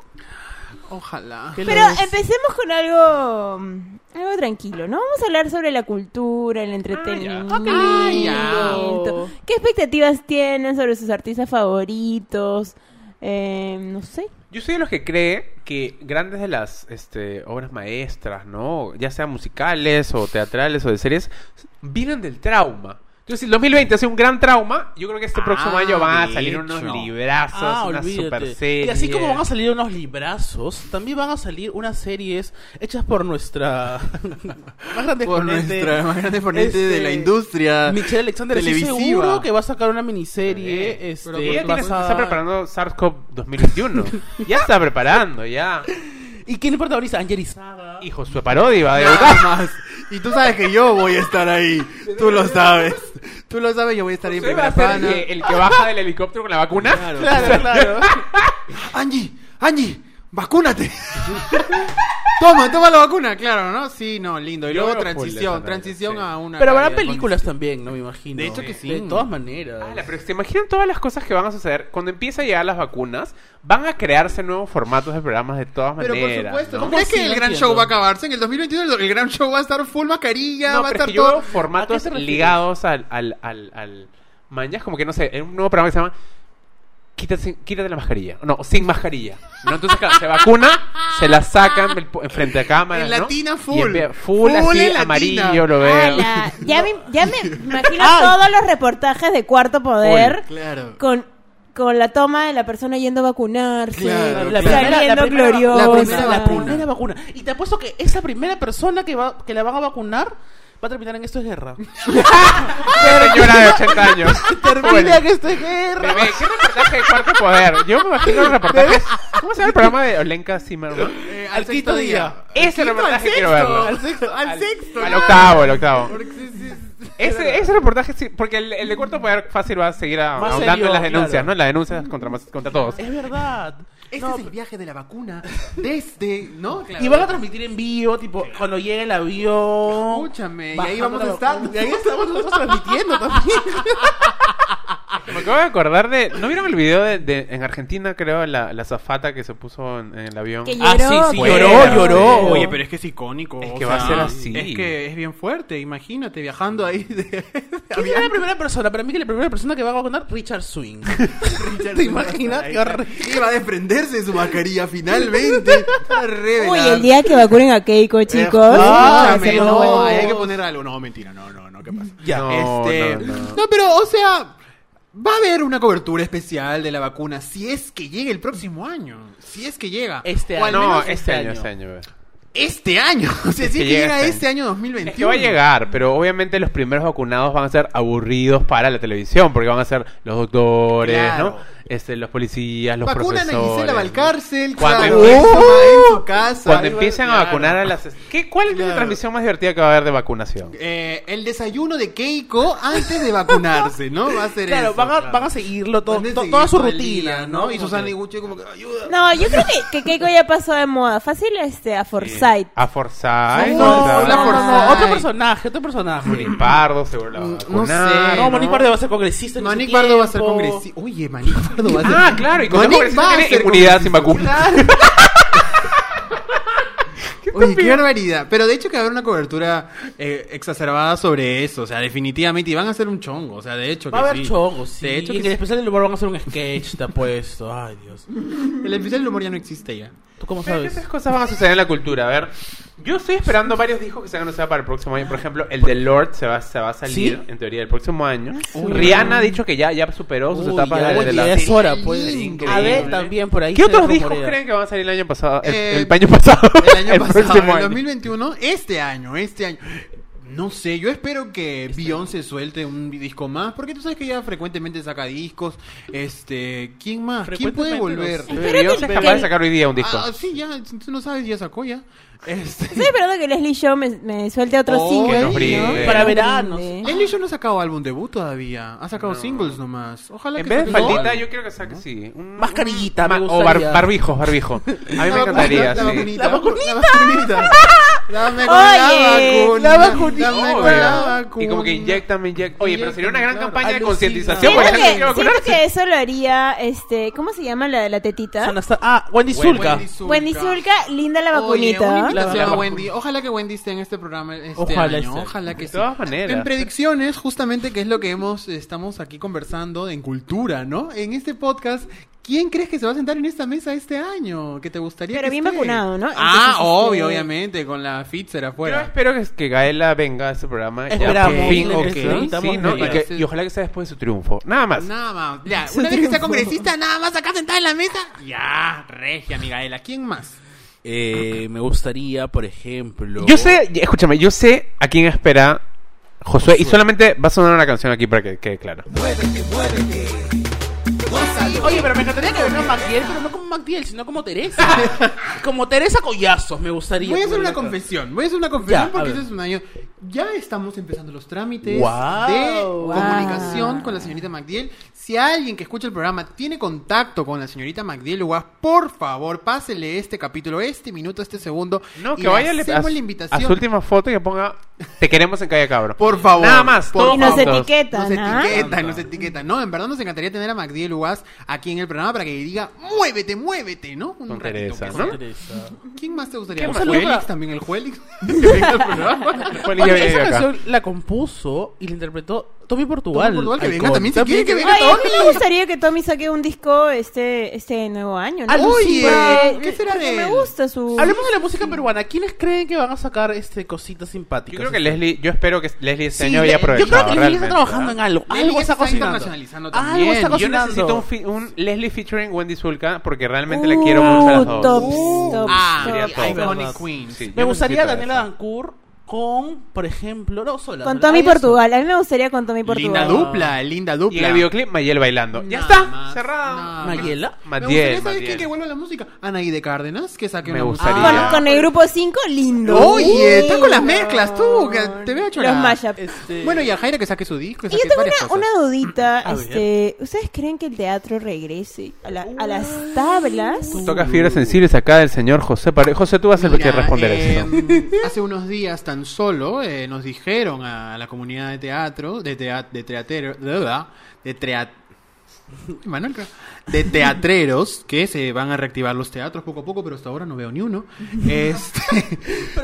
A: Ojalá.
C: ¿Qué
D: Pero
C: les-
D: empecemos con algo mm, algo tranquilo, ¿no? Vamos a hablar sobre la cultura, el entretenimiento.
A: Ah, ya.
C: lindo.
D: ¿Qué expectativas tienen sobre sus artistas favoritos? Eh, no sé.
B: Yo soy de los que cree que grandes de las este, obras maestras, ¿no? Ya sean musicales o teatrales o de series, vienen del trauma. Entonces, si el 2020 ha sido un gran trauma, yo creo que este
A: Ah,
B: próximo año van a
A: de
B: salir
A: hecho.
B: unos librazos,
C: Ah,
B: unas super
C: olvídate.
B: series.
C: Y así como van a salir unos librazos, también van a salir unas series hechas por nuestra más grande
A: Por
C: exponente,
A: nuestra más grande ponente de
C: este,
A: la industria.
C: Michelle Alexander, estoy
A: televisiva.
C: seguro que va a sacar una miniserie
B: Eh,
C: este,
B: pero ella tiene-
C: basada-
B: está preparando SARS-CoV 2021. ya está preparando, ya.
C: ¿Y quién protagoniza? Angelizaga.
B: Y Josué Parodi va a debutar.
A: Nada más. Y tú sabes que yo voy a estar ahí. Tú lo sabes. Tú lo sabes, yo voy a estar ahí en
B: Josué va a
A: primera
B: ser el
A: pana.
B: que- el que baja del helicóptero con la vacuna. *laughs*
C: Claro, claro.
A: Angie, Angie, vacúnate. *laughs* Toma, toma la vacuna, claro, ¿no? Sí, no, lindo. Y
B: Yo
A: luego
B: veo full esa
A: transición,
B: vaina,
A: transición
B: sí.
A: a una.
C: Pero habrá
A: calidad de
C: películas también, no me imagino.
A: De hecho que sí.
C: De todas maneras.
B: Ala, pero se imaginan todas las cosas que van a suceder. Cuando empieza a llegar las vacunas, van a crearse nuevos formatos de programas de todas
A: Pero
B: maneras.
A: por supuesto,
B: ¿no?
A: ¿tú crees
C: Sí,
A: que
C: lo
A: el gran
C: entiendo.
A: show va a acabarse? En el 2021 el, el gran show va a estar full mascarilla,
B: No,
A: va a
B: pero
A: estar
B: es que yo
A: todo.
B: veo formatos ligados al, al, al, al mañas, como que no sé, en un nuevo programa que se llama Quítate, quítate la mascarilla. No, sin mascarilla. ¿no? Entonces, claro, se vacuna, se la sacan del po- enfrente a cámara.
A: En
B: ¿no?
A: latina
B: Y
A: full.
B: empieza- full,
A: Full
B: así,
A: en latina.
B: amarillo, lo veo. *laughs*
D: Ala, ya, me, ya me imagino
C: Ay.
D: todos los reportajes de Cuarto Poder
A: Claro.
D: con, con la toma de la persona yendo a vacunarse,
A: Claro,
C: La
A: claro.
C: primera, la
D: saliendo
C: primera-
D: gloriosa.
C: la primera
A: La
C: vacuna.
A: primera
C: primera vacuna. Y te apuesto que esa primera persona que, va, que la van a vacunar va a terminar en esto es guerra.
B: Una señora de 80 años.
A: *laughs*
C: Termina
B: Bueno.
C: en esto es guerra.
B: Bebé, ¿qué reportaje de Cuarto Poder? Yo me imagino los reportajes. ¿Cómo se llama el programa de Olenka Zimmerman?
A: Eh,
C: Al quinto día.
B: Ese
A: Quinto, al
B: reportaje
A: sexto.
B: quiero verlo.
A: Al sexto. Al sexto.
B: Al octavo, el octavo.
A: Porque sí, sí, sí.
B: Ese, ese reportaje, sí, porque el, el de Cuarto Poder fácil va a seguir a-
C: Más
B: ahondando
C: serio,
B: en las denuncias,
C: claro.
B: ¿no? En las denuncias contra, más- contra todos.
C: Es verdad.
A: Este
C: No,
A: es el viaje de la vacuna desde, ¿no?
C: Y van a transmitir en vivo, tipo, cuando llegue el avión.
A: Escúchame, y
C: bajando
A: ahí vamos
C: la
A: a estar.
C: vacuna. Y ahí estamos nosotros transmitiendo también.
B: Me acabo de acordar de. ¿No vieron el video de, de- en Argentina, creo, la, la zafata que se puso en, en el avión?
D: Que
C: Ah,
D: lloró,
C: sí, sí,
D: que
B: lloró, lloró.
A: *laughs* Oye, pero es que es icónico.
B: Es
A: o
B: que va a
A: sea,
B: ser así.
A: Es que es bien fuerte, imagínate, viajando ahí de, *laughs* de
C: ¿Quién será la primera persona? Para mí que la primera persona que va a vacunar,
A: *laughs*
C: Richard Swing. ¿Te imaginas? Qué horrible.
A: Iba a desprenderse de su mascarilla *laughs* finalmente. Para revelar.
D: Uy, el día que vacunen a Keiko,
A: Eh,
D: chicos. Ah,
A: escúchame,
D: se
A: no,
D: nos vuelve.
A: ahí hay que poner algo. No, mentira, no, no, no, ¿qué pasa?
C: Ya.
B: No,
A: Este,
B: no, no.
A: pero, o sea, va a haber una cobertura especial de la vacuna si es que llega el próximo año. Si es que llega.
C: Este
A: O al
C: año.
B: no,
A: menos
B: este,
C: este
B: año,
C: año.
B: este año. bebé.
A: este año. *laughs* O sea,
B: Es
A: si
B: que
A: es que
B: llega
A: llega
B: este
A: este año 2021.
B: Es que va a llegar, pero obviamente los primeros vacunados van a ser aburridos para la televisión, porque van a ser los doctores,
A: Claro.
B: ¿no? Este, los policías, los
A: Vacunan a
B: profesores.
A: Gisela Valcárcel,
B: Cuando
A: claro,
B: empiece-
A: eso va en su casa.
B: Cuando
A: Ahí va-
B: empiezan a
A: claro.
B: vacunar a las... ¿Qué, ¿Cuál es la
A: Claro.
B: transmisión más divertida que va a haber de vacunación?
A: Eh, el desayuno de Keiko antes de vacunarse, ¿no? Va a ser
C: Claro,
A: eso,
C: van a,
A: claro.
C: van a seguirlo todo,
A: Van a
C: to-
A: seguir
C: toda su
A: todo el
C: rutina,
A: día,
C: ¿no?
A: Y
C: Como
A: Susana
C: que-
A: y Gucci como que, ayuda.
D: No, yo creo que, que Keiko ya pasó de moda. Fácil este a Forsyth.
B: eh, A Forsyth.
C: No,
A: Forsyth.
C: no, no, no,
A: Forsyth.
C: otro personaje, otro personaje.
B: Monique Pardo seguro la va a
A: No
B: vacunar.
A: sé.
C: No, Monique Pardo va a ser congresista. en
A: Manic
C: ese
A: Pardo va a ser
C: tiempo.
A: congresista. Oye, Manic Pardo va a ser.
B: Ah, claro, y con
A: Manic
B: eso
A: va a
B: tiene
A: ser
B: inmunidad sin
A: congresista.
B: vacuna.
A: *laughs* Oye, qué barbaridad. Pero de hecho que va a haber una cobertura eh, exacerbada sobre eso. O sea, definitivamente. Y van a hacer un chongo. O sea, de hecho que
C: Va a haber
A: sí.
C: chongos, sí.
A: De hecho
C: y
A: que
C: en el
A: sí.
C: especial del humor van a hacer un sketch, te apuesto. Ay, Dios.
A: *laughs* El especial del humor ya no existe *laughs* ya.
C: ¿Tú cómo
B: Pero
C: sabes?
B: Esas cosas van a suceder en la cultura. A ver, yo estoy esperando varios discos que se van a anunciar para el próximo año. Por ejemplo, el de Lord se va, se va a salir,
C: ¿Sí?
B: en teoría, el próximo año.
A: Uy.
B: Rihanna ha dicho que ya, ya superó sus
C: Uy,
B: etapas
C: ya,
B: de- de,
C: oye,
B: la...
C: ya es hora, pues.
A: Es increíble.
C: Adele también por ahí.
B: ¿Qué
C: se
B: otros discos
C: rumorea.
B: creen que van a salir el año pasado? El,
A: Eh,
B: el año pasado. *laughs*
A: El año pasado,
B: próximo
A: el
B: año.
A: 2021, este año, este año. No sé, yo espero que
C: Este
A: Beyoncé suelte un disco más, porque tú sabes que ella frecuentemente saca discos. Este, ¿quién más? ¿Quién puede
C: Frecuentemente
A: volver?
C: los-
D: Espero
B: Beyoncé
D: que-
B: es capaz de
D: que-
B: sacar hoy día un disco.
A: Ah, sí, ya, tú no sabes, ya sacó ya. Este,
D: Estoy esperando que Leslie Show me, me suelte otro
A: Oh,
D: single.
A: que nos
D: ¿no?
B: brinde.
C: Para verano.
D: Brinde.
A: Leslie yo no ha sacado álbum debut todavía, ha sacado
B: No.
A: singles nomás. Ojalá
B: En
A: que
B: vez de
A: saque algo.
B: faldita, yo quiero que saque, sí. un-
C: Mascarillita, me
B: ma-
C: gustaría.
B: O bar- barbijo, barbijo. A mí me
A: La vacunita, la
B: encantaría, sí.
A: vacunita, La vacunita. Dame con
D: Oye,
A: la vacuna.
C: la vacunita.
A: dame con
B: Obvio.
A: la vacuna.
B: Y como que inyectan, me inyectan. Oye, pero sería una gran
A: Inyectan,
B: campaña de
C: claro.
B: concientización
D: Siento
B: para
C: Alucina.
B: la gente que
D: que,
B: quiere
D: siento
B: vacunarse.
D: que eso lo haría, este, ¿cómo se llama la de la tetita?
C: Son hasta- Ah, Wendy
A: Wendy
C: Zulka.
A: Zulka.
D: Wendy Zulka, linda la
A: Oye,
D: vacunita.
A: una
C: La
A: invitación a
C: vacuna.
A: Wendy. Ojalá que Wendy esté en este programa este
C: Ojalá
A: año.
C: esté.
A: Ojalá que
B: De
A: sí.
B: todas maneras.
A: En predicciones, justamente, que es lo que hemos estamos aquí conversando en cultura, ¿no? En este podcast, ¿quién crees que se va a sentar en esta mesa este año? Que te gustaría
D: Pero
A: que
D: bien
A: esté?
D: vacunado, ¿no? Entonces,
A: Ah,
D: este-
A: obio, obviamente, con la Fitzer
B: Yo
A: afuera.
B: espero que, que Gaela venga a este programa. ya,
C: Esperamos,
B: por fin,
A: le
B: ok,
C: necesitamos,
B: sí, ¿no?
A: me
B: y, que-
A: parece.
B: y ojalá que sea después de su triunfo. Nada más.
A: Nada más.
D: *laughs*
A: Ya,
C: Ese
A: una vez que sea
C: triunfo.
A: congresista, nada más acá sentada en la mesa. Ya, regia, Micaela. ¿Quién más?
C: Eh, me gustaría, por ejemplo.
B: Yo sé, escúchame, yo sé a quién espera Josué. Y solamente va a sonar una canción aquí para que quede claro.
C: Oye, pero me encantaría que venga Maquiel, pero no con MacDiel, sino como Teresa. como Teresa Collazos, me gustaría.
A: Voy a hacer
C: tener
A: una
C: la cara.
A: confesión, voy a hacer una confesión
C: Ya, a
A: porque
C: ver.
A: este es un año. Ya estamos empezando los trámites
C: Guau.
A: de
C: Guau.
A: comunicación con la señorita MacDiel. Si alguien que escucha el programa tiene contacto con la señorita MacDiel Ugas, por favor, pásele este capítulo, este minuto, este segundo.
B: No,
A: y
B: que
A: le
B: vaya a,
A: hacemos
B: a-
A: la invitación.
B: a su última foto y que ponga Te queremos en Calle Cabro.
A: Por favor.
B: Nada más.
A: Por
B: todo
D: Y nos
B: juntos.
D: etiquetan,
A: Nos
D: ¿ah?
A: etiquetan, nos etiquetan. No, en verdad nos encantaría tener a MacDiel Ugas aquí en el programa para que diga, muévete, muévete, ¿no? Un
B: Con
A: ratito,
B: Teresa,
A: pues.
B: ¿no?
C: Teresa.
A: ¿Quién más te gustaría?
B: ¿Quién
A: Un
B: más?
A: saludo
B: Juelix.
A: para- también, el
B: *laughs*
A: Juelix. *laughs* que venga al programa.
B: Fue el
C: Oye,
B: día de
C: esa
B: acá.
C: canción la compuso y la interpretó Tommy Portugal.
A: Tommy Portugal, que venga
C: Icon.
A: también, si quiere que venga.
D: Ay, a mí me gustaría que Tommy saque un disco este este nuevo año. ¿no?
C: Alucina.
D: Porque-
A: ¿qué será
D: porque
A: de
D: me
A: él?
D: gusta su...
C: Hablemos de la música peruana. ¿Quiénes creen que van a sacar este cositas simpáticas?
B: Yo creo que Leslie, yo espero que Leslie este año haya
C: le-
B: aprovechado.
C: Yo creo que Leslie está
B: realmente.
C: trabajando en algo.
A: Leslie ya
C: algo está
A: se está
C: cocinando.
A: internacionalizando
C: Algo
A: también.
C: está
B: Yo
C: cocinando.
B: necesito un, fi- un Leslie featuring Wendy Zulka porque realmente le quiero mucho a las dos.
D: tops,
A: Uh,
D: tops,
A: ah,
D: tops,
A: Iconic
D: tops.
C: verdad.
A: Queen.
B: Sí, yo
C: Me gustaría
B: necesito
C: Daniela
B: eso.
C: Dancourt con, por ejemplo, no sola.
D: Con
C: ¿verdad?
D: Tommy
C: Eso.
D: Portugal. A mí me gustaría con Tommy
A: Linda
D: Portugal.
A: dupla, linda
B: Y en
A: dupla.
B: el videoclip, Mayel bailando. ya
A: Nada
B: está,
A: más,
B: cerrada.
A: nada
C: Mayela.
A: más. Me
B: Madiel,
A: gustaría, ¿sabes quién que
B: Madiel.
A: vuelva la música? Anaí de Cárdenas, que saque
B: Me
A: una
B: gustaría.
A: música.
D: Con, con el grupo 5, lindo.
A: Oye, estás con las mezclas, tú, que te veo chorada.
D: Los mashups.
C: Este...
A: Bueno, y a Jaira que saque su disco. que
D: Y yo
A: saque
D: tengo
A: varias
D: una, una
A: cosas.
D: dudita.
C: A ver.
D: Este, ¿Ustedes creen que el teatro regrese a, la- a las tablas?
B: Toca fibras sensibles acá del señor José Paredes. José, tú vas a ser el que
A: Mira,
B: responder
A: eh, *laughs*
B: eso.
A: Hace unos días tan solo eh, nos dijeron a la comunidad de teatro, de tea- de teatero, de verdad, de tea- *laughs* Manuel, creo. de teatreros que se van a reactivar los teatros poco a poco, pero hasta ahora no veo ni
C: *laughs*
A: uno. Este,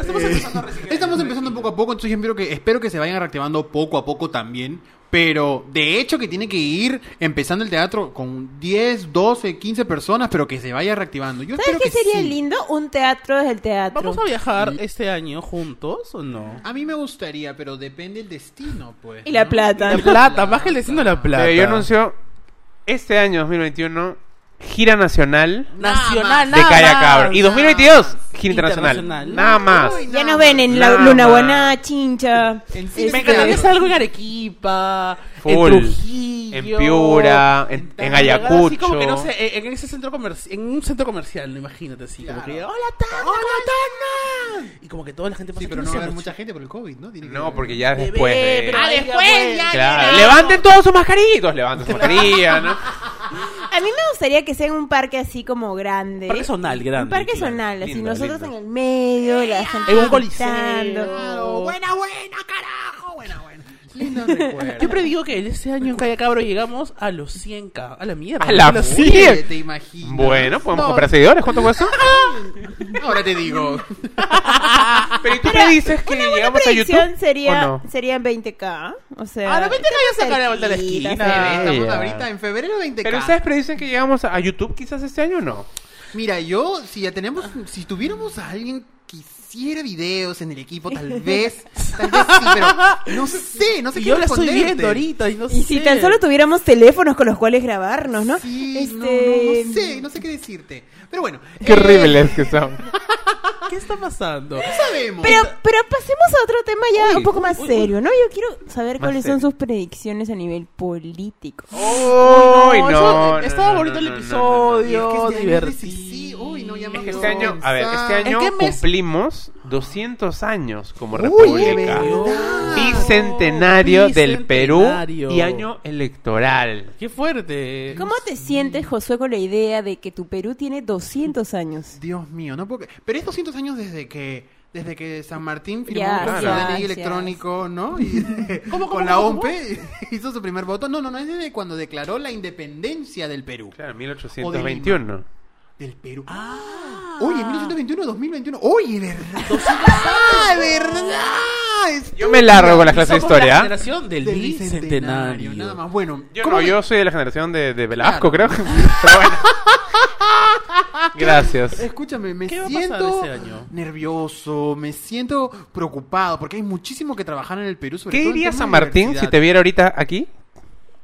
C: estamos empezando a reciclar.
A: Estamos empezando poco a poco, entonces yo espero que, espero que se vayan reactivando poco a poco también. Pero de hecho que tiene que ir empezando el teatro con 10, 12, 15 personas, pero que se vaya reactivando. Yo
D: ¿Sabes
A: espero
D: qué
A: que
D: sería
A: sí.
D: lindo? Un teatro desde el teatro.
C: ¿Vamos a viajar este año juntos o no?
A: A mí me gustaría, pero depende el destino, pues.
D: Y la
A: ¿no?
D: plata.
C: La plata, más que el destino la plata.
B: Pero Eh, yo anuncio este año 2021 gira nacional
C: Nacional,
B: de
C: nada
B: Calle
C: más.
B: Cabro. Y 2022 gira internacional.
C: Internacional.
B: Nada
C: No,
B: más.
A: uy,
D: Ya
A: Nada
D: nos ven en la
B: más.
D: Luna Buena, Chincha.
A: En
D: este,
C: Me encantaría hacer algo en Arequipa,
B: Full.
C: en Trujillo,
B: En Piura, en, en Ayacucho.
C: Así como que no sé, eh, en en ese centro comercial, en un centro comercial, imagínate así, como
A: Claro.
C: que hola Tana, hola Tana. Y como que toda la gente pasa
A: Sí, pero
C: ¿quién
A: no
C: es
A: va a haber
C: ese
A: mucha gente por el COVID, ¿no? Tiene que
B: No,
A: haber-
B: porque ya
C: bebé?
B: después. de-
C: Pero ahí ya
B: Claro, levanten todos sus mascarillas, levanten sus mascarillas, ¿no?
D: A mí me gustaría que sea en un parque así como grande.
C: Parque zonal grande,
D: Un parque
C: claro.
D: zonal, así.
B: Lindo,
D: nosotros
B: lindo.
D: en el medio, la gente
C: En un coliseo.
D: gritando.
A: Claro, buena, buena, carajo, buena, buena.
B: *laughs*
A: Lindo recuerdo.
C: Yo predigo que este año en Calle Cabro llegamos a los 100k, a la mierda.
B: A la
C: los
B: puta.
C: 100.
A: Oye, ¿Te imaginas?
B: Bueno, podemos
A: No,
B: comprar seguidores, ¿cuánto cuesta?
A: Ahora te digo.
B: *laughs* Pero ¿y tú me dices que
D: Una buena
B: llegamos a
D: predicción
B: YouTube?
D: sería,
B: ¿o no?
D: sería en 20k. O sea,
C: Ah, no, 20K ya saca la vuelta a la
D: cerquita,
C: esquina.
D: cerquita.
B: Ah,
A: Estamos
B: ya.
A: ahorita en febrero 20
B: Pero ustedes predicen que llegamos a a YouTube quizás este año o no.
A: Mira, yo, si ya tenemos, si tuviéramos a alguien que hiciera videos en el equipo, tal vez, tal vez sí, pero no sé, no sé
C: Y
A: qué
C: yo la estoy
A: responderte.
C: viendo ahorita y no sé.
D: Y si tan solo tuviéramos teléfonos con los cuales grabarnos, ¿no?
A: Sí,
D: Este,
A: no, no, no sé, no sé qué decirte. Pero bueno.
B: Qué
A: eh,
B: horribles que son.
C: *laughs* ¿Qué está pasando?
A: no sabemos.
D: Pero, pero pasemos a otro tema ya
B: Uy,
D: un poco más
B: uy, uy.
D: serio, ¿no? Yo quiero saber
B: Más
D: cuáles son
B: serio.
D: sus predicciones a nivel político.
B: Uy,
C: eso-
B: no. eh,
C: estaba
B: no, no,
C: bonito el
B: no, no,
A: Y es
C: episodio,
A: que este año es
C: divertido.
A: decisivo, uy, no, ya
B: no, no.
A: me
B: Es que este
A: acabo de
B: año, a ver, este
A: pensar.
B: año
C: ¿En qué mes?
B: cumplimos 200 años como
A: Uy, de
B: república.
A: verdad.
B: Bicentenario del Perú
C: Bicentenario.
B: y año electoral.
C: Qué fuerte.
D: ¿Cómo te sientes, Josué, con la idea de que tu Perú tiene 200 años?
A: Dios mío, no puedo. cre- Pero es 200 años desde que desde que San Martín firmó
D: Ya,
A: con
B: ya,
A: el DNI
D: ya.
A: electrónico, ¿no? Y,
C: cómo,
A: con la
C: cómo, cómo?
A: OMP *laughs* hizo su primer voto. No, no, no, es desde cuando declaró la independencia del Perú.
B: Claro,
A: O
B: 1821.
A: Del Perú.
C: Ah.
A: Oye, 1821, 2021. Oye, ¿verdad? *laughs* ¡Ah, verdad!
B: Yo me largo con las
C: Somos
B: clases de
C: La
B: historia. ¿ah?
C: generación del,
A: Del
C: bicentenario.
A: bicentenario, nada más. Bueno,
B: Yo
A: ¿cómo
B: no,
A: me-
B: yo soy de la generación de, de Velasco,
A: Claro.
B: creo. *laughs* Pero bueno.
C: *laughs*
B: Gracias.
A: Escúchame, me
C: ¿Qué va a pasar
A: siento
C: este año?
A: nervioso, me siento preocupado, porque hay muchísimo que trabajar en el Perú. Sobre
B: ¿Qué
A: todo en
B: diría
A: temas
B: San
A: de
B: Martín si
A: diversidad.
B: te viera ahorita aquí?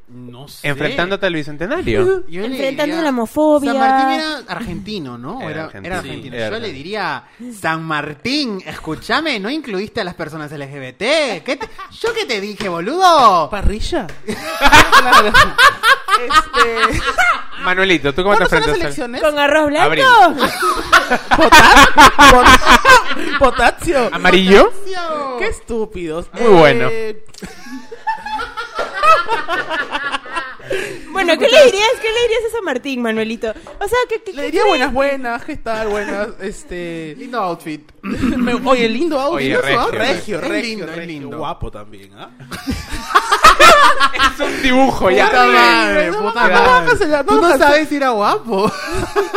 C: No sé.
B: Enfrentándote al bicentenario.
A: Yo le
D: Enfrentando
A: diría-
D: la homofobia.
A: San Martín era argentino, ¿no?
B: Era
A: Era, era
B: argentino.
A: argentino.
B: Sí, era
A: Yo le
B: argentino.
A: diría, San Martín, escúchame, no incluiste a las personas LGBT. ¿Qué te- ¿Yo qué te dije, boludo?
C: ¿Parrilla?
B: Manuelito, ¿tú cómo te
C: ¿Cuándo son las
B: enfrentas? al-
C: elecciones?
D: ¿Con arroz blanco?
B: Abril.
C: Pot- *laughs* Potasio. *laughs*
B: ¿Amarillo? *laughs*
C: Qué Eh, estúpidos.
B: Muy bueno.
D: *laughs* Bueno, ¿qué le dirías? ¿Qué le dirías a San Martín, Manuelito? O sea, que, que-
C: Le
D: que-
C: diría buenas, buenas, ¿qué tal? Buenas, Ah, este...
A: Lindo outfit.
C: me- Oye, lindo audio.
B: Oye,
C: ¿no?
B: regio,
A: regio.
C: regio, regio,
A: Es lindo, es
C: regio.
A: lindo.
C: Guapo también, ¿ah?
B: Es un dibujo ya.
A: Puta madre,
C: No,
A: puta
C: no, no,
A: madre.
C: bájasela, no,
A: Tú no
C: bájasela.
A: sabes si era guapo.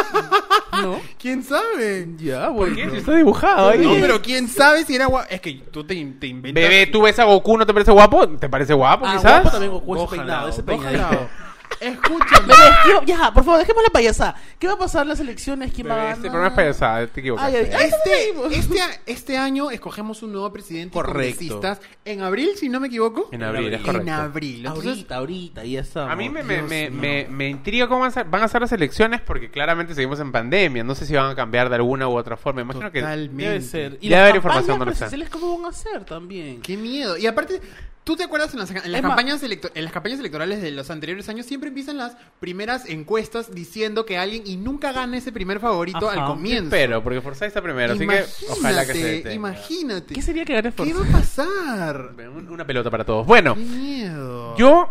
A: *laughs*
C: ¿No?
A: ¿Quién sabe?
C: Ya,
B: ¿Qué?
C: bueno.
B: Si está dibujado ahí.
A: No, pero ¿quién sabe si era guapo? Es que tú te, in- te inventas.
B: Bebé, ¿tú ves a Goku? ¿No te parece guapo? ¿Te parece guapo,
C: Ah,
B: quizás?
C: guapo también Goku, ese
A: Ojalá,
C: peinado, ese
A: ojalá.
C: *laughs* peinadito.
A: Escúchame.
C: Bebé, quiero- ya, por favor, dejemos la payasada. ¿Qué va a pasar en las elecciones? ¿Quién va
B: Bebé,
C: a
B: este programa es payasada, te equivocas.
C: Ay, ay, ay.
A: Este,
C: Eso leímos.
A: este, a- este año escogemos un nuevo presidente y
C: Correcto.
A: congresistas. En abril, si no me equivoco.
B: En abril, es
A: En
B: correcto.
A: abril. Entonces,
C: Ahorita, ahorita, ya está.
B: A mí me, me,
C: Dios
B: me,
C: mío.
B: me- me intriga cómo van a, ser, van a ser las elecciones porque claramente seguimos en pandemia. No sé si van a cambiar de alguna u otra forma. Imagino que...
A: Totalmente.
C: Debe ser.
B: Ya
C: las
B: habrá información,
C: campañas
B: Marcela.
C: presidenciales, ¿Cómo van a hacer también?
A: Qué miedo. Y aparte, ¿tú te acuerdas en las, en las
C: Es más-
A: campañas electo- en las campañas electorales de los anteriores años siempre empiezan las primeras encuestas diciendo que alguien y nunca gana ese primer favorito
C: Ajá.
A: al comienzo?
B: Pero, porque Forsyth está primero, así que
A: imagínate,
B: ojalá que se detenga.
A: imagínate.
C: ¿Qué sería que gane
A: ¿Qué va a
C: Forza?
A: pasar?
B: Un- Una pelota para todos. Bueno,
A: Qué miedo.
B: yo,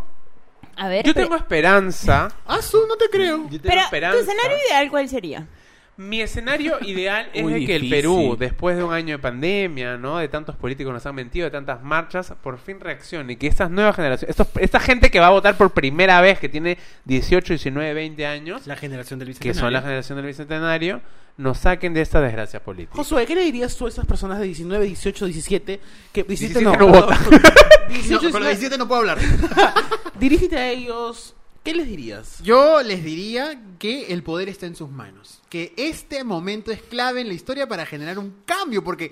D: A ver,
B: yo
D: pero-
B: tengo esperanza.
A: Ah, su, no te creo.
B: Yo tengo
D: pero, ¿tu
B: esperanza.
D: escenario ideal cuál sería?
B: Mi escenario ideal es
C: Muy
B: de que el
C: difícil.
B: Perú, después de un año de pandemia, ¿no? De tantos políticos nos han mentido, de tantas marchas, por fin reaccione. Y que estas nuevas generaciones, estos, esta gente que va a votar por primera vez, que tiene 18, 19, 20 años,
A: La generación del
B: que son la generación del Bicentenario, nos saquen de esta desgracia política.
C: Josué, ¿qué le dirías tú a esas personas de 19, 18, 17? Que 17,
B: 17
C: no,
B: no
C: *laughs* perdón.
B: votan.
C: 18,
A: No, con los
C: 19,
A: 17 no puedo hablar.
C: Dirígete a ellos. ¿Qué les dirías?
A: Yo les diría que el poder está en sus manos. Que este momento es clave en la historia para generar un cambio. Porque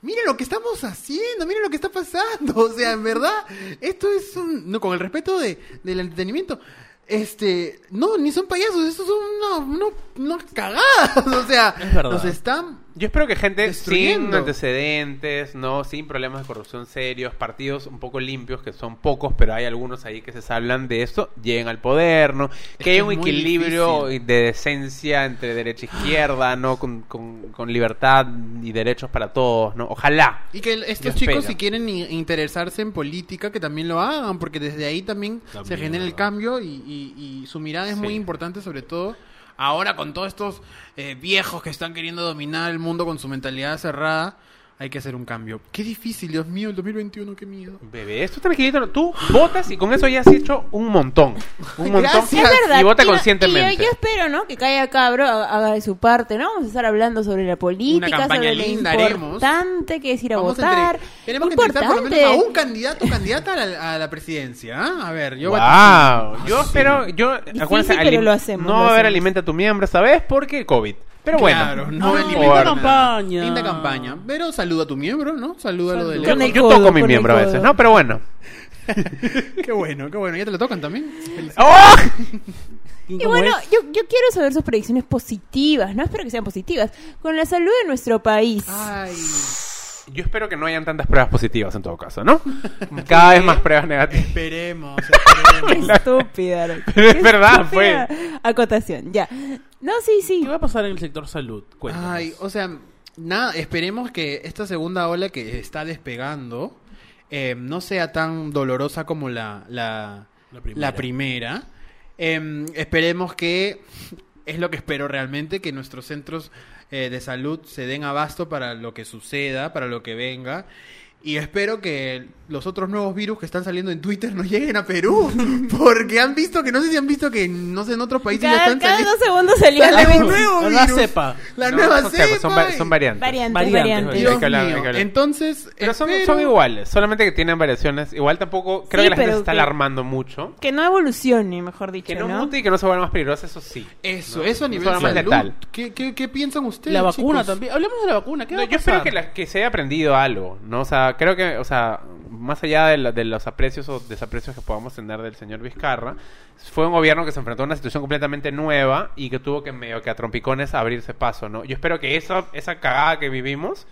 A: miren lo que estamos haciendo, miren lo que está pasando. *laughs* O sea, en verdad, esto es un. No, con el respeto de, del entretenimiento. Este, no, ni son payasos, estos son una- una- unas cagadas. *laughs* O sea,
C: Es verdad.
A: nos están.
B: Yo espero que gente sin
A: Destruyendo.
B: antecedentes, no, sin problemas de corrupción serios, partidos un poco limpios, que son pocos, pero hay algunos ahí que se salvan de esto, lleguen al poder, ¿no? Que
A: que
B: haya
A: es
B: un
A: muy
B: equilibrio de decencia entre derecha e
A: Ah.
B: izquierda, ¿no? Con, con- con libertad y derechos para todos, ¿no? Ojalá.
A: Y que el- estos
B: Yo
A: chicos,
B: espero.
A: si quieren i- interesarse en política, que también lo hagan, porque desde ahí también, se genera el cambio y, y- y su mirada es
B: Sí.
A: muy importante, sobre todo ahora con todos estos eh, viejos que están queriendo dominar el mundo con su mentalidad cerrada. Hay que hacer un cambio. Qué difícil, Dios mío, el 2021, qué miedo.
B: Bebé, esto tranquilito, tú votas y con eso ya has hecho un montón. Un montón.
A: *laughs* Gracias.
D: Es verdad.
B: Y vota
D: no-
B: conscientemente.
D: y yo, yo espero, ¿no? Que Calla Cabro ha- haga de su parte, ¿no? Vamos a estar hablando sobre la
A: Una
D: política,
A: campaña
D: sobre
A: linda
D: lo
A: haremos.
D: importante que es ir a
A: Vamos a
D: votar.
A: entre- Tenemos que
D: importante.
A: entrevistar por lo menos a un candidato o candidata a la, a la presidencia. ¿ah? A ver, yo
B: wow. Yo espero, yo acuérdense,
D: pero
B: alim-
D: lo hacemos,
B: no
D: lo
B: va a haber
D: hacemos.
B: alimenta tu miembro esta vez porque COVID. Pero
A: Claro,
B: bueno,
A: no,
C: No,
A: elimina nada.
C: linda campaña.
A: Linda campaña. Pero saluda a tu miembro, ¿no? Saluda a lo del.
D: Con
B: yo,
D: el
B: yo
D: codo,
B: toco mi
D: con el
B: miembro a
D: codo.
B: veces, ¿no? Pero bueno.
A: Qué bueno, qué bueno. Ya te lo tocan también.
B: ¡Oh!
D: Y bueno, yo, yo quiero saber sus predicciones positivas, ¿no? Espero que sean positivas. Con la salud de nuestro país.
A: Ay.
B: *laughs* Yo espero que no hayan tantas pruebas positivas en todo caso, ¿no? Cada vez más pruebas negativas.
A: Esperemos,
D: *laughs*
A: esperemos.
D: Estúpida. Aroy.
B: Pero es
D: Qué
B: verdad,
D: estúpida Acotación, ya. No, sí, sí.
C: ¿Qué va a pasar en el sector salud? Cuéntanos.
A: Ay, o sea, nada, esperemos que esta segunda ola que está despegando eh, no sea tan dolorosa como la, la,
C: La
A: la
C: primera.
A: primera. Eh, esperemos que, es lo que espero realmente, que nuestros centros eh, de salud se den abasto para lo que suceda, para lo que venga. Y espero que los otros nuevos virus que están saliendo en Twitter no lleguen a
B: *laughs*
A: Perú. Porque han visto que, no sé si han visto que, no sé, en otros países ya
D: Cada,
A: están
D: cada
A: saliendo.
D: dos segundos salió
A: Sale
D: algo.
A: un nuevo
C: La
A: virus.
C: cepa.
A: La
B: No,
A: nueva pues.
B: son,
A: cepa.
B: cepas, son, va-
A: y-
B: son variantes.
D: Variantes,
C: Variantes,
D: variantes.
A: Dios
B: Hay que hablar, hay que
A: mío.
B: hablar.
A: Entonces,
B: Pero son,
A: espero-
B: son iguales, solamente que tienen variaciones. Igual tampoco, creo que
D: Sí,
B: la gente
D: pero
B: se está
D: que-
B: alarmando mucho.
D: Que no evolucione, mejor dicho,
B: Que no
D: ¿no?
B: mute y que no se vuelva más peligrosa, eso sí.
A: Eso,
B: No,
A: eso a
B: no
A: nivel
B: se vuelva más
A: salud.
B: letal.
A: ¿Qué, qué, qué piensan ustedes?
C: La vacuna
A: chicos?
C: también. Hablemos de la vacuna. ¿Qué
B: No,
C: va a
B: yo espero
C: pasar?
B: que, la- que se haya aprendido algo, ¿no? O sea, creo que, o sea, más allá de, la- de los aprecios o desaprecios que podamos tener del señor Vizcarra, fue un gobierno que se enfrentó a una situación completamente nueva y que tuvo que medio que a trompicones abrirse paso, ¿no? Yo espero que esa, esa cagada que vivimos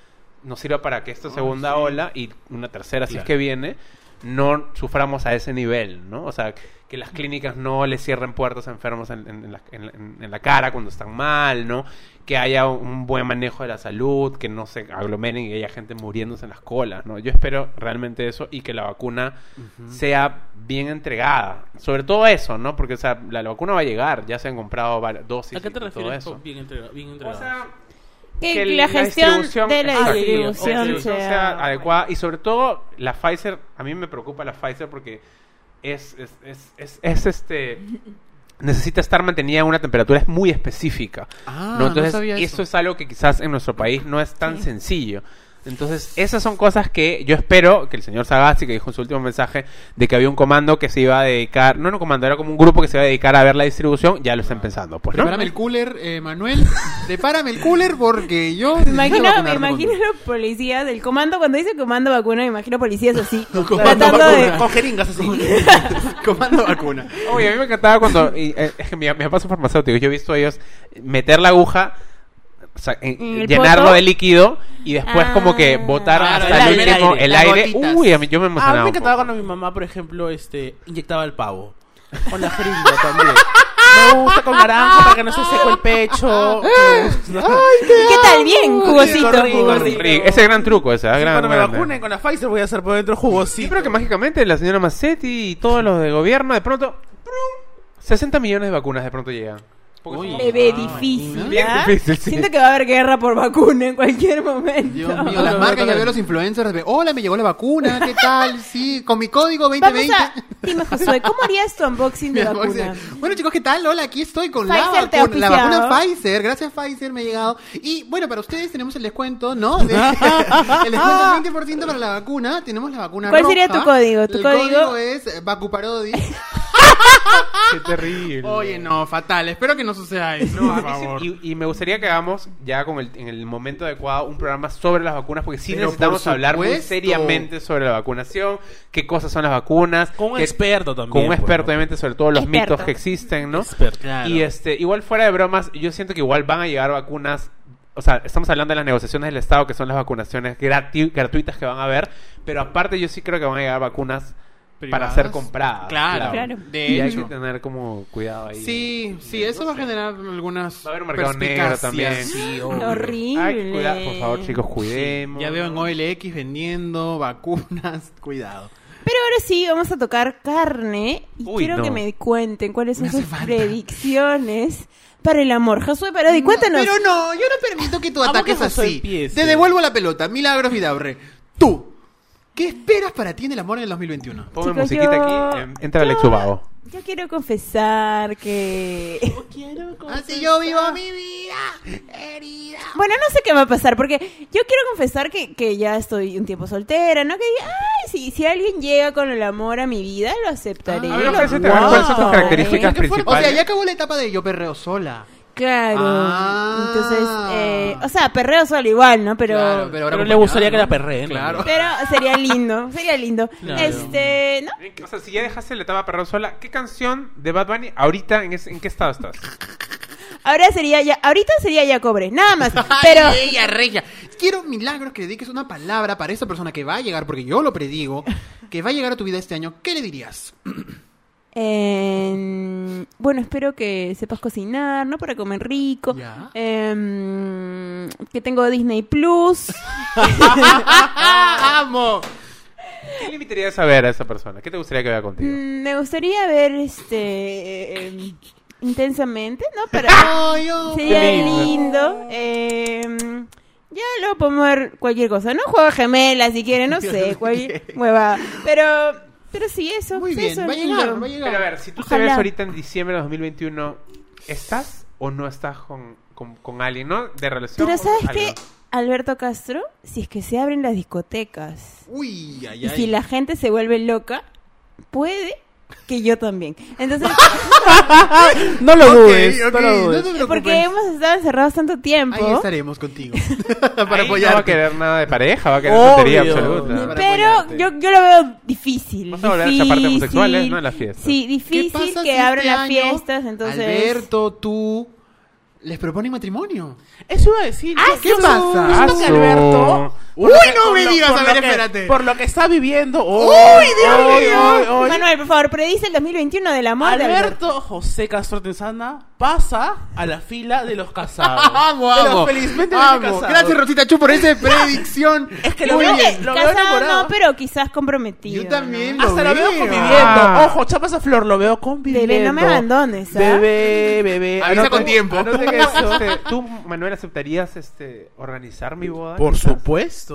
B: nos sirva para que esta segunda ola y una tercera, si es
C: Claro.
B: que viene, no suframos a ese nivel, ¿no? O sea, que las clínicas no le cierren puertas a enfermos en, en- en la, en la- en- en la cara cuando están mal, ¿no? Que haya un buen manejo de la salud, que no se aglomeren y haya gente muriéndose en las colas, ¿no? Yo espero realmente eso y que la vacuna sea bien entregada. Sobre todo eso, ¿no? Porque, o sea, la, la vacuna va a llegar, ya se han comprado vari- dosis
C: ¿A qué te
B: y todo
C: refieres
B: eso.
C: con bien entregado? Bien
B: O
C: entregado?
B: sea,
D: Que, la gestión
B: distribución-
D: de la
B: Exacto.
D: distribución,
B: La
D: sea,
B: distribución sea adecuada y sobre todo la Pfizer, a mí me preocupa la Pfizer porque es, es, es, es, es, este necesita estar mantenida a una temperatura muy específica.
A: Ah,
B: ¿no? Entonces,
A: sabía
B: eso. es algo que quizás en nuestro país no es tan sencillo. Entonces, esas son cosas que yo espero que el señor Sagasti, que dijo en su último mensaje, de que había un comando que se iba a dedicar, no, no comando, era como un grupo que se iba a dedicar a ver la distribución, ya lo están pensando. Pues, ¿no?
A: Prepárame el cooler, eh, Manuel. Prepárame el cooler porque yo.
D: *laughs* Me imagino, me
A: necesito vacunarme
D: imagino
A: conmigo.
D: los policías del comando, cuando dice comando vacuna, me imagino policías así,
A: Comando
D: tratando de...
A: vacuna.
C: Con jeringas *laughs* así.
A: Comando vacuna.
B: Oye, a mí me encantaba cuando. y, eh, es que mi, mi papá es farmacéutico. Yo he visto a ellos meter la aguja, o sea, en-
D: ¿En el
B: llenarlo
D: poto?
B: de líquido y después, como que
D: Ah.
B: botar
C: Claro,
B: hasta el,
C: el aire,
B: último
C: el aire,
B: el
A: las
B: aire.
A: gotitas.
B: Uy, a mí, yo me
C: A mí
B: emocionaba.
C: me
B: un
C: encantaba
B: poco.
C: cuando mi mamá, por ejemplo, este, inyectaba el pavo. Con la jeringa también. Me gusta con naranja para que no se seque el *laughs* pecho.
D: ¿Qué tal? Bien, jugosito,
C: rico, rico,
D: jugosito.
C: rico.
B: Rico. Ese gran truco, ese. ah, gran,
C: cuando me
B: gran-
C: vacunen con la Pfizer voy a hacer por dentro
B: Yo
C: jugosito.
B: creo que mágicamente la señora Massetti y todos los de gobierno, de pronto. ¡prum! 60 millones de vacunas de pronto llegan.
A: Uy.
D: Le ve difícil,
B: Bien
D: ¿ah?
B: difícil, sí.
D: Siento que va a haber guerra por vacuna en cualquier momento.
A: Dios mío, las marcas ya veo los influencers. ve, Hola, me llegó la vacuna. ¿Qué tal? Sí, con mi código
D: Vamos
A: 2020.
D: a... Dime, Josué, ¿cómo harías tu
A: *laughs*
D: unboxing
A: Mi
D: de
A: amor,
D: vacuna?
A: sí. Bueno chicos, ¿qué tal? Hola, aquí estoy con
D: Pfizer te
A: la
D: ha
A: vacuna, la vacuna
D: auspiciado.
A: Pfizer. Gracias Pfizer, me ha llegado. Y bueno, para ustedes tenemos el descuento,
D: *laughs*
A: ¿no? De- *laughs* el descuento del 20% para la vacuna. Tenemos la vacuna
D: ¿Cuál
A: roja.
D: sería tu código? ¿Tu
A: el
D: código?
A: es eh, Vacuparodi.
B: Qué terrible.
A: Oye, no, fatal. Espero que no *laughs* suceda eso.
B: No, a
A: por
B: mí sí-
A: favor.
B: y, y me gustaría que hagamos ya con el, en el momento adecuado un programa sobre las vacunas, porque sí
A: Pero
B: necesitamos
A: por
B: hablar muy
A: supuesto.
B: seriamente sobre la vacunación, qué cosas son las vacunas,
C: Con un
B: qué-
C: experto también.
B: con un
C: pues,
B: experto,
C: ¿no?
B: obviamente, sobre todo los
D: Experto.
B: mitos que existen, ¿no?
C: Experto.
A: Claro.
B: Y este, igual fuera de bromas, yo siento que igual van a llegar vacunas. O sea, estamos hablando de las negociaciones del Estado, que son las vacunaciones grati- gratuitas que van a haber, pero aparte yo sí creo que van a llegar vacunas para
A: Privadas.
B: ser compradas.
A: Claro,
D: Claro.
A: de
B: y hay
A: hecho.
B: que tener como cuidado ahí.
A: Sí, sí, eso va a generar algunas
B: Va a haber un mercado negro
A: perspicacias.
B: también.
A: Sí,
D: Qué
A: obvio.
D: Horrible.
B: Ay, cuidado, por favor, chicos, cuidemos.
A: Ya veo en OLX vendiendo vacunas. *laughs* Cuidado.
D: Pero ahora sí, vamos a tocar carne y
B: Uy,
D: quiero
B: no.
D: que me cuenten cuáles son
A: Me hace
D: sus
A: falta.
D: predicciones para el amor. Josué Parodi, cuéntanos.
A: Pero no, yo no permito que tu
C: Vamos
A: ataque es
C: que José
A: así.
C: empiece.
A: Te devuelvo la pelota. Milagros Vidaurre. Tú, ¿qué esperas para ti en el amor en el 2021?
B: Ponme
D: Chicos,
B: musiquita
D: yo-
B: aquí. em, Entra Alex
D: yo-
B: Ubago.
D: Yo quiero confesar que...
A: Así yo vivo mi vida herida.
D: Bueno, no sé qué va a pasar, porque yo quiero confesar que, que ya estoy un tiempo soltera, ¿no? Que diga, ay, si, si alguien llega con el amor a mi vida, lo aceptaré.
B: Ah, A ver,
D: lo
B: ofrécete, a ver, ¿cuáles son tus
D: aceptaré.
B: características
A: O sea, ya
B: principales?
A: acabó la etapa de yo perreo sola.
D: Claro.
A: Ah.
D: Entonces, eh, o sea, perreo solo igual, ¿no? Pero...
A: Claro, pero ahora
C: Pero le
A: acompañado,
C: gustaría
A: ¿no?
C: que la perreen.
A: Claro.
D: Pero sería lindo, sería lindo.
C: Claro.
D: Este, ¿no?
B: O sea, si ya dejaste la etapa perrón sola, ¿qué canción de Bad Bunny ahorita en, ese- en qué estado estás?
D: Ahora sería ya, ahorita sería ya cobre, nada más.
A: *laughs*
D: Pero
A: *laughs* Ay, ella, regia. Quiero milagros que le dediques una palabra para esa persona que va a llegar, porque yo lo predigo, que va a llegar a tu vida este año. ¿Qué le dirías?
D: em, bueno, espero que sepas cocinar, ¿no? Para comer rico.
A: Ya.
D: Em, que tengo
A: *laughs*
D: Disney Plus.
A: ¡Amo!
B: ¿Qué le invitarías a ver a esa persona? ¿Qué te gustaría que vea contigo?
D: Mm, Me gustaría ver este em, intensamente, ¿no? Para
A: *laughs* Ay, oh,
D: sería
B: qué lindo.
D: lindo. Em, ya luego podemos ver cualquier cosa, ¿no? Juego de gemelas si
A: *laughs*
D: quieren, no sé, cualquier hueva. Pero, pero sí, eso.
A: Muy
D: sí,
A: bien,
D: eso,
A: va a
D: lindo.
A: llegar, va a
B: Pero a ver,
A: llegar.
B: si tú te
D: Ojalá.
B: ves ahorita en diciembre de 2021, ¿estás o no estás con, con, con alguien, no? De relación.
D: Pero
B: o
D: ¿sabes
B: algo.
D: qué? Alberto Castro, si es que se abren las discotecas
A: Uy, ay,
D: y
A: ay.
D: si la gente se vuelve loca, puede que yo también.
A: *laughs*
D: Entonces,
C: No lo
A: Ok,
C: dudes,
A: ok,
C: no lo
A: no
C: dudes.
A: te preocupes.
D: porque hemos estado encerrados tanto tiempo.
A: Ahí estaremos
D: *laughs*
A: contigo. para
B: Ahí no va a
A: apoyarte.
B: querer nada de pareja, va a querer
C: Obvio.
B: tontería absoluta.
A: para
D: Pero
A: apoyarte.
D: yo, yo lo veo difícil.
B: Vas a volver a esa parte homosexual, ¿eh?
D: difícil.
B: No en las fiestas.
D: Sí,
A: ¿Qué
D: difícil
A: pasa
D: que
A: si
D: abran
A: este
D: las
A: año
D: fiestas, entonces.
A: Alberto, tú les propones matrimonio.
C: Eso iba a decir.
A: Ah,
C: ¿Qué
A: su-
C: pasa?
B: Ah,
C: que
B: su-
C: Alberto.
A: Uy, no me digas, a ver, espérate.
C: Por lo que está viviendo.
A: Uy, Dios mío.
D: Manuel, por favor, predice el 2021 del amor de Alberto.
C: Alberto José Castro Tenzana pasa a la fila de los casados. *laughs*
A: Amo,
C: De los
A: amo.
C: felizmente
A: Amo.
C: casados.
A: Gracias, Rosita Chu, por *laughs* esa predicción.
C: Es que
A: Muy
C: lo veo,
A: bien.
C: que- lo veo
D: Casado
C: enamorado.
D: no, pero quizás comprometido.
A: Yo también
D: ¿no?
C: Hasta lo veo
A: veo.
C: conviviendo.
B: Ah.
C: Ojo, chapas a flor, lo veo conviviendo.
D: Bebé, no me abandones, ¿ah?
C: Bebé, bebé.
A: Avisa
C: Anoten-
A: con tiempo.
C: anoten
A: *laughs*
B: que este,
C: eso.
B: ¿Tú, Manuel, aceptarías este, organizar mi boda?
C: Por supuesto.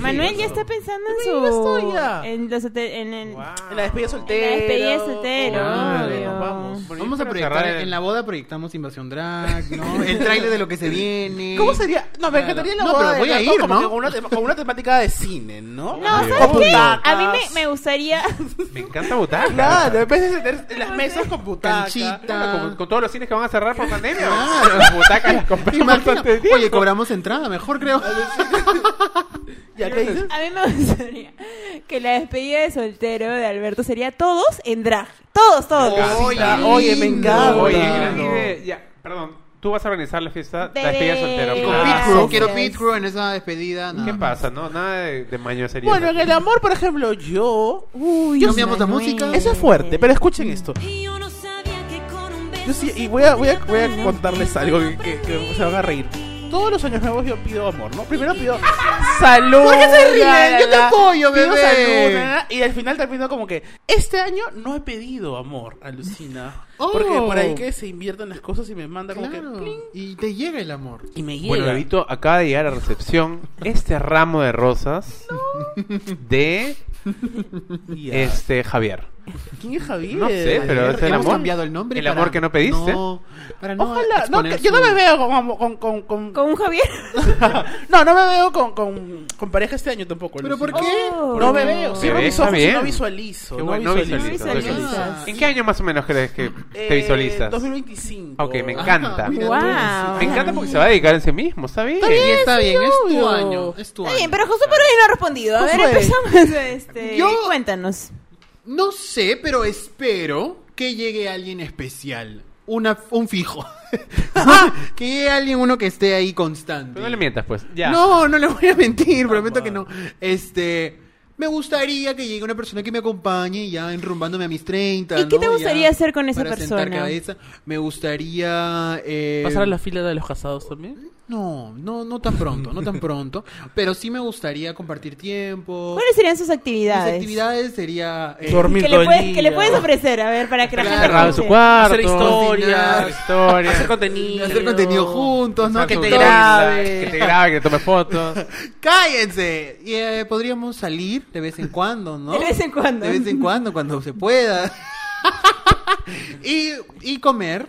D: Manuel ya está pensando en
C: Yo ya estoy
D: su.
C: ya.
D: En los hotel- en el-
B: Wow.
C: En la despedida soltera.
D: En la despedida soltero,
A: Claro.
D: obvio.
C: Nos vamos.
A: Vamos a
B: Para
A: proyectar,
B: cerrar el-
A: en la boda proyectamos Invasión Drag, ¿no? El trailer de lo que se viene.
C: *laughs* ¿Cómo sería? No,
A: Claro.
C: me encantaría la
A: No,
C: boda
A: pero voy
C: de
A: a
C: gato
A: ir,
C: como
A: ¿no?
C: que con, una tema- con una temática de cine, ¿no?
D: No,
B: Obvio.
D: ¿sabes
C: Con
D: qué?
C: butacas.
D: A mí me, me gustaría.
B: *laughs*
A: *laughs*
B: Me encanta votar.
C: Claro, en vez de tener en las mesas con butacas.
A: Canchita.
B: Con, con todos los cines que van a cerrar por pandemia.
A: Claro.
B: Las butacas las compramos
A: Imagina-
B: bastante tiempo.
A: Oye, cobramos entrada, mejor creo.
C: ¿Ya qué dices?
D: A mí me gustaría que la despedida de soltero de Alberto sería todos en drag. Todos, todos.
A: Oye,
C: Oye, oye, me encanta.
B: Oye,
A: Claro.
B: gran idea. Ya, perdón. Tú vas a organizar la fiesta, la
D: Bebé.
B: despedida soltera.
A: Y con
D: Ah,
A: Pit
B: Claro.
A: Crew,
D: gracias.
A: quiero Pit Crew en esa despedida. nada
B: ¿Qué
A: más.
B: pasa, no? Nada de, de mañosería.
C: Bueno, en el amor, por ejemplo, yo.
D: Uy,
C: Yo-
A: Cambiamos la
D: Manuel.
A: música.
C: Eso es fuerte, pero escuchen esto.
E: Y yo no sabía que con un beso
C: Yo sí, y voy a, voy a, voy a contarles algo que, que- que se van a reír. Todos los años nuevos yo pido amor, ¿no? Primero pido salud.
A: ¿Por qué se ríen?
C: la, la,
A: Yo te
C: la.
A: apoyo,
C: Pido
A: bebé.
C: salud, la, la, y al final termino como que este año no he pedido amor, alucina.
A: Oh.
C: Porque por ahí que se invierten las cosas y me manda como
A: Claro.
C: que pling,
A: Y te llega el amor.
C: y me
B: Bueno,
C: llega.
B: Bebito acaba de llegar a recepción este ramo de rosas de
C: Ya.
B: este Javier.
C: ¿Quién es Javier?
B: No sé, pero es el
A: Hemos
B: amor.
A: cambiado el nombre.
B: El amor que no pediste.
A: No, para no
C: Ojalá, no,
A: exponer
C: que- yo no
A: su-
C: me veo con, con, con, con-
D: Con un Javier.
C: *laughs* no, no me veo con, con, con pareja este año tampoco.
A: ¿Pero por
C: alucina.
A: qué?
D: Oh.
C: No me veo,
D: Bebé,
C: cierro mis
B: está
C: ojos y
B: bien.
C: no visualizo.
B: Qué
C: no
B: bueno, no
C: visualizo.
B: visualizas,
D: No
B: no
D: visualizas.
B: visualizas. ¿En qué año más o menos crees que te
C: Eh,
B: visualizas?
C: 2025.
B: Ok, me encanta.
A: mira tú,
D: Wow.
B: Me encanta porque se va a dedicar en sí mismo, está bien.
A: Sí, está bien, es tu
C: obvio.
A: año. Es tu
D: Está
A: año.
D: bien, pero José por hoy no ha respondido. A ver,
C: Josué.
D: empezamos. Este,
A: Yo-
D: Cuéntanos.
A: No sé, pero espero que llegue alguien especial. Una, un
B: *laughs*
A: fijo. *laughs* que llegue alguien, uno que esté ahí constante.
B: Pero no le mientas, pues. Ya.
A: No, no le voy a mentir, prometo que no. Este. Me gustaría que llegue una persona que me acompañe ya enrumbándome a mis 30.
D: ¿Y qué
A: ¿no?
D: te gustaría
A: Ya
D: hacer con esa
A: para sentar
D: persona?
A: cabeza. Me gustaría. eh,
C: ¿Pasar a la fila de los casados también?
A: No, no, no tan pronto, no tan pronto. Pero sí me gustaría compartir tiempo.
D: ¿Cuáles serían sus
A: Mis
D: actividades?
A: actividades sería. eh,
C: Dormir.
D: ¿Qué le, puedes,
C: Dormir
D: que le puedes ofrecer? A ver, para que la
A: Claro.
D: gente
B: Cerrado en su
D: escuche.
B: cuarto.
C: Hacer historias.
A: Cocinar.
B: historias.
C: Hacer contenido.
A: hacer contenido juntos, ¿no?
B: Usar
A: Que
B: tu
A: te
B: Insta,
A: grabe.
B: Que te grabe, que te tome fotos.
A: ¡Cállense! Y eh, podríamos salir de vez en cuando, ¿no?
D: De vez en cuando.
A: De vez en cuando, cuando se
D: *laughs*
A: pueda. y, y comer.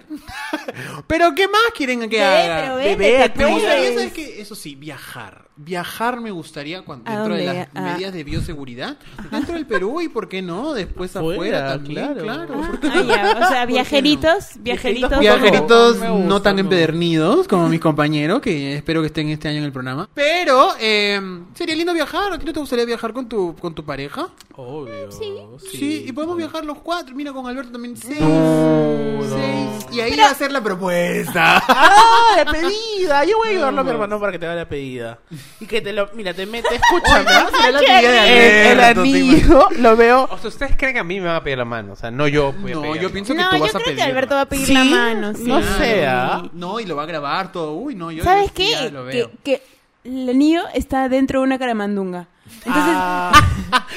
A: pero ¿qué más quieren que
D: Ve, pero pues.
A: haga?
D: ve,
C: Bebé,
D: te
C: ¿a qué
A: Me
D: cuides.
A: gustaría, ¿sabes qué? Eso sí, viajar. Viajar me gustaría cuando,
D: ¿A
A: dentro de
D: dónde?
A: las
D: Ah.
A: medidas de bioseguridad. Dentro del Perú y, ¿por qué no? Después afuera,
C: Afuera,
A: también,
C: claro.
A: claro.
D: Ah, ah, ya, O sea, viajeritos, viajeritos.
A: Viajeritos
C: Me gusta,
A: no tan
C: no.
A: empedernidos como mis compañeros, que espero que estén este año en el programa. Pero eh, sería lindo viajar. ¿A ti no te gustaría viajar con tu, con tu pareja?
C: Obvio. Sí.
A: Sí. y podemos viajar los cuatro. Mira, con Alberto también seis.
C: No,
A: Seis. Y ahí va a hacer la propuesta.
C: ¡Ah, la pedida! Yo voy a ayudarlo a mi hermano para que te haga la pedida. Y que te lo... Mira, te mete, escúchame.
A: Será la tía de
B: Eh,
C: El, el
A: Alberto, ¿te imaginas?
C: anillo *laughs* lo veo
B: O sea, ¿ustedes creen que a mí me van a pedir la mano? O sea, no yo voy a
A: No,
B: pedir.
A: yo pienso que
D: No,
A: tú
D: yo
A: vas a
D: creo
A: pedir.
D: que Alberto va a pedir
C: ¿Sí?
D: la mano. sí.
C: No sé, ¿ah?
A: No, y lo va a grabar todo. Uy, no, yo
D: ¿Sabes
A: yo
D: qué?
A: ya lo veo.
D: Que, que el anillo está dentro de una caramandunga. Entonces,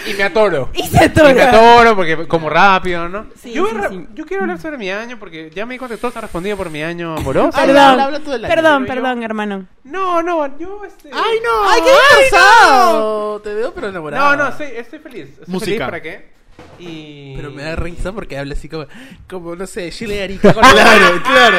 B: Y me atoro.
D: *laughs* y se
B: Y me
D: atora.
B: atoro porque como rápido, ¿no?
D: Sí,
B: yo, voy a
D: sí,
B: ra-
D: sí.
B: yo quiero hablar sobre mi año porque ya me di cuenta que todos han respondido por mi año amoroso.
C: Ay,
D: Perdón,
C: Habla, habla tú del anillo,
D: perdón,
C: yo-
D: perdón, hermano.
B: No, no, yo este...
A: ¡Ay, no!
C: ¡Ay, qué casado! Te veo pero enamorado.
B: No, no, estoy, estoy feliz. Estoy
A: Música.
B: feliz, ¿Para qué? Y...
C: Pero me da risa porque habla así como, como no sé, Chile de Arica.
B: *laughs*
C: con la-
A: Claro, claro.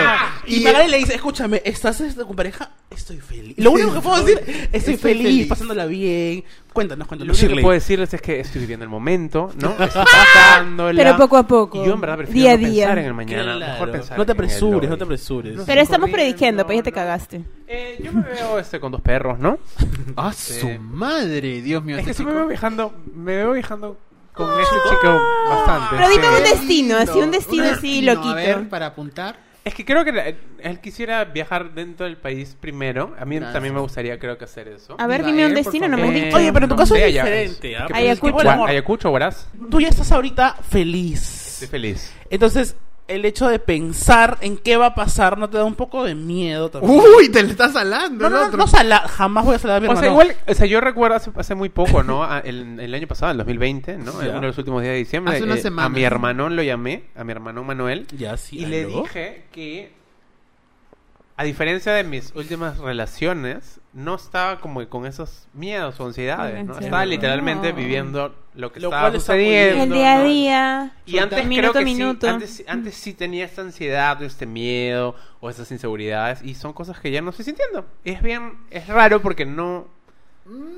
C: Y, eh, Magali le dice, escúchame, ¿estás este, con pareja? Estoy feliz. Lo único que puedo decir, estoy,
A: Estoy
C: feliz,
A: feliz.
C: pasándola bien. Cuéntanos,
B: Lo
C: cuéntanos.
B: único que
C: Shirley.
B: puedo decirles es que estoy viviendo el momento, ¿no? Estoy pasándola.
D: Pero poco a poco.
B: Y yo en verdad prefiero
D: Día a
B: no
D: día.
B: pensar en el mañana.
C: Claro.
B: Mejor pensar
C: No te
B: en el
C: apresures,
B: hoy.
C: no te apresures.
B: No sé,
D: Pero estamos
B: corriendo,
D: prediciendo, pues ya te
B: no.
D: cagaste.
B: Eh, yo me veo este, con dos perros, ¿no?
A: ¡Ah, su madre! Dios mío,
B: Es
A: este
B: que sí
A: chico.
B: me veo viajando, me veo viajando con este chico bastante.
D: Ah, Pero dime
B: sí.
D: un destino, así un destino así
A: A
D: loquito.
A: ver, para apuntar.
B: Es que creo que la- él quisiera viajar dentro del país primero. A mí
A: Claro.
B: también me gustaría, creo que hacer eso.
D: A ver,
A: Iba a
D: dime un
A: ir, por
D: destino, no me has
B: Eh,
D: dicho.
C: Oye, pero en tu
B: no
C: caso
B: sé,
C: es
B: allá-
C: diferente, ¿ah?
B: ¿Qué
C: Porque
B: piensas?
D: Ayacucho.
B: Gua-
C: Amor.
B: Ayacucho, Huaraz.
C: Tú ya estás ahorita feliz.
B: Estoy feliz.
C: Entonces, el hecho de pensar en qué va a pasar no te da un poco de miedo también.
A: ¡Uy! Te le estás salando,
C: no, no, no,
A: otro.
C: no sala- jamás voy a salar a mi
B: O sea,
C: hermano.
B: igual, o sea, yo recuerdo hace, hace muy poco,
C: *laughs*
B: ¿no? A- el, el año pasado, el 2020, ¿no?
C: Ya.
B: En uno de los últimos días de diciembre. eh,
A: Hace una
B: A
A: semana.
B: mi hermanón lo llamé, a mi hermano Manuel.
C: Ya, sí,
B: y le
C: aló.
B: dije que, a diferencia de mis últimas relaciones, no estaba como que con esos miedos o ansiedades, ¿no?
D: Ansiedad.
B: Estaba literalmente
D: No.
B: viviendo lo que
C: Lo
B: estaba
C: cual está muy
B: sucediendo.
C: bien.
D: El día a
B: ¿no?
D: día.
B: Y antes
D: minuto
B: creo
D: a
B: que
D: minuto.
B: sí, antes, antes sí tenía esta ansiedad o este miedo o esas inseguridades y son cosas que ya no estoy sintiendo. Es bien, es raro porque no,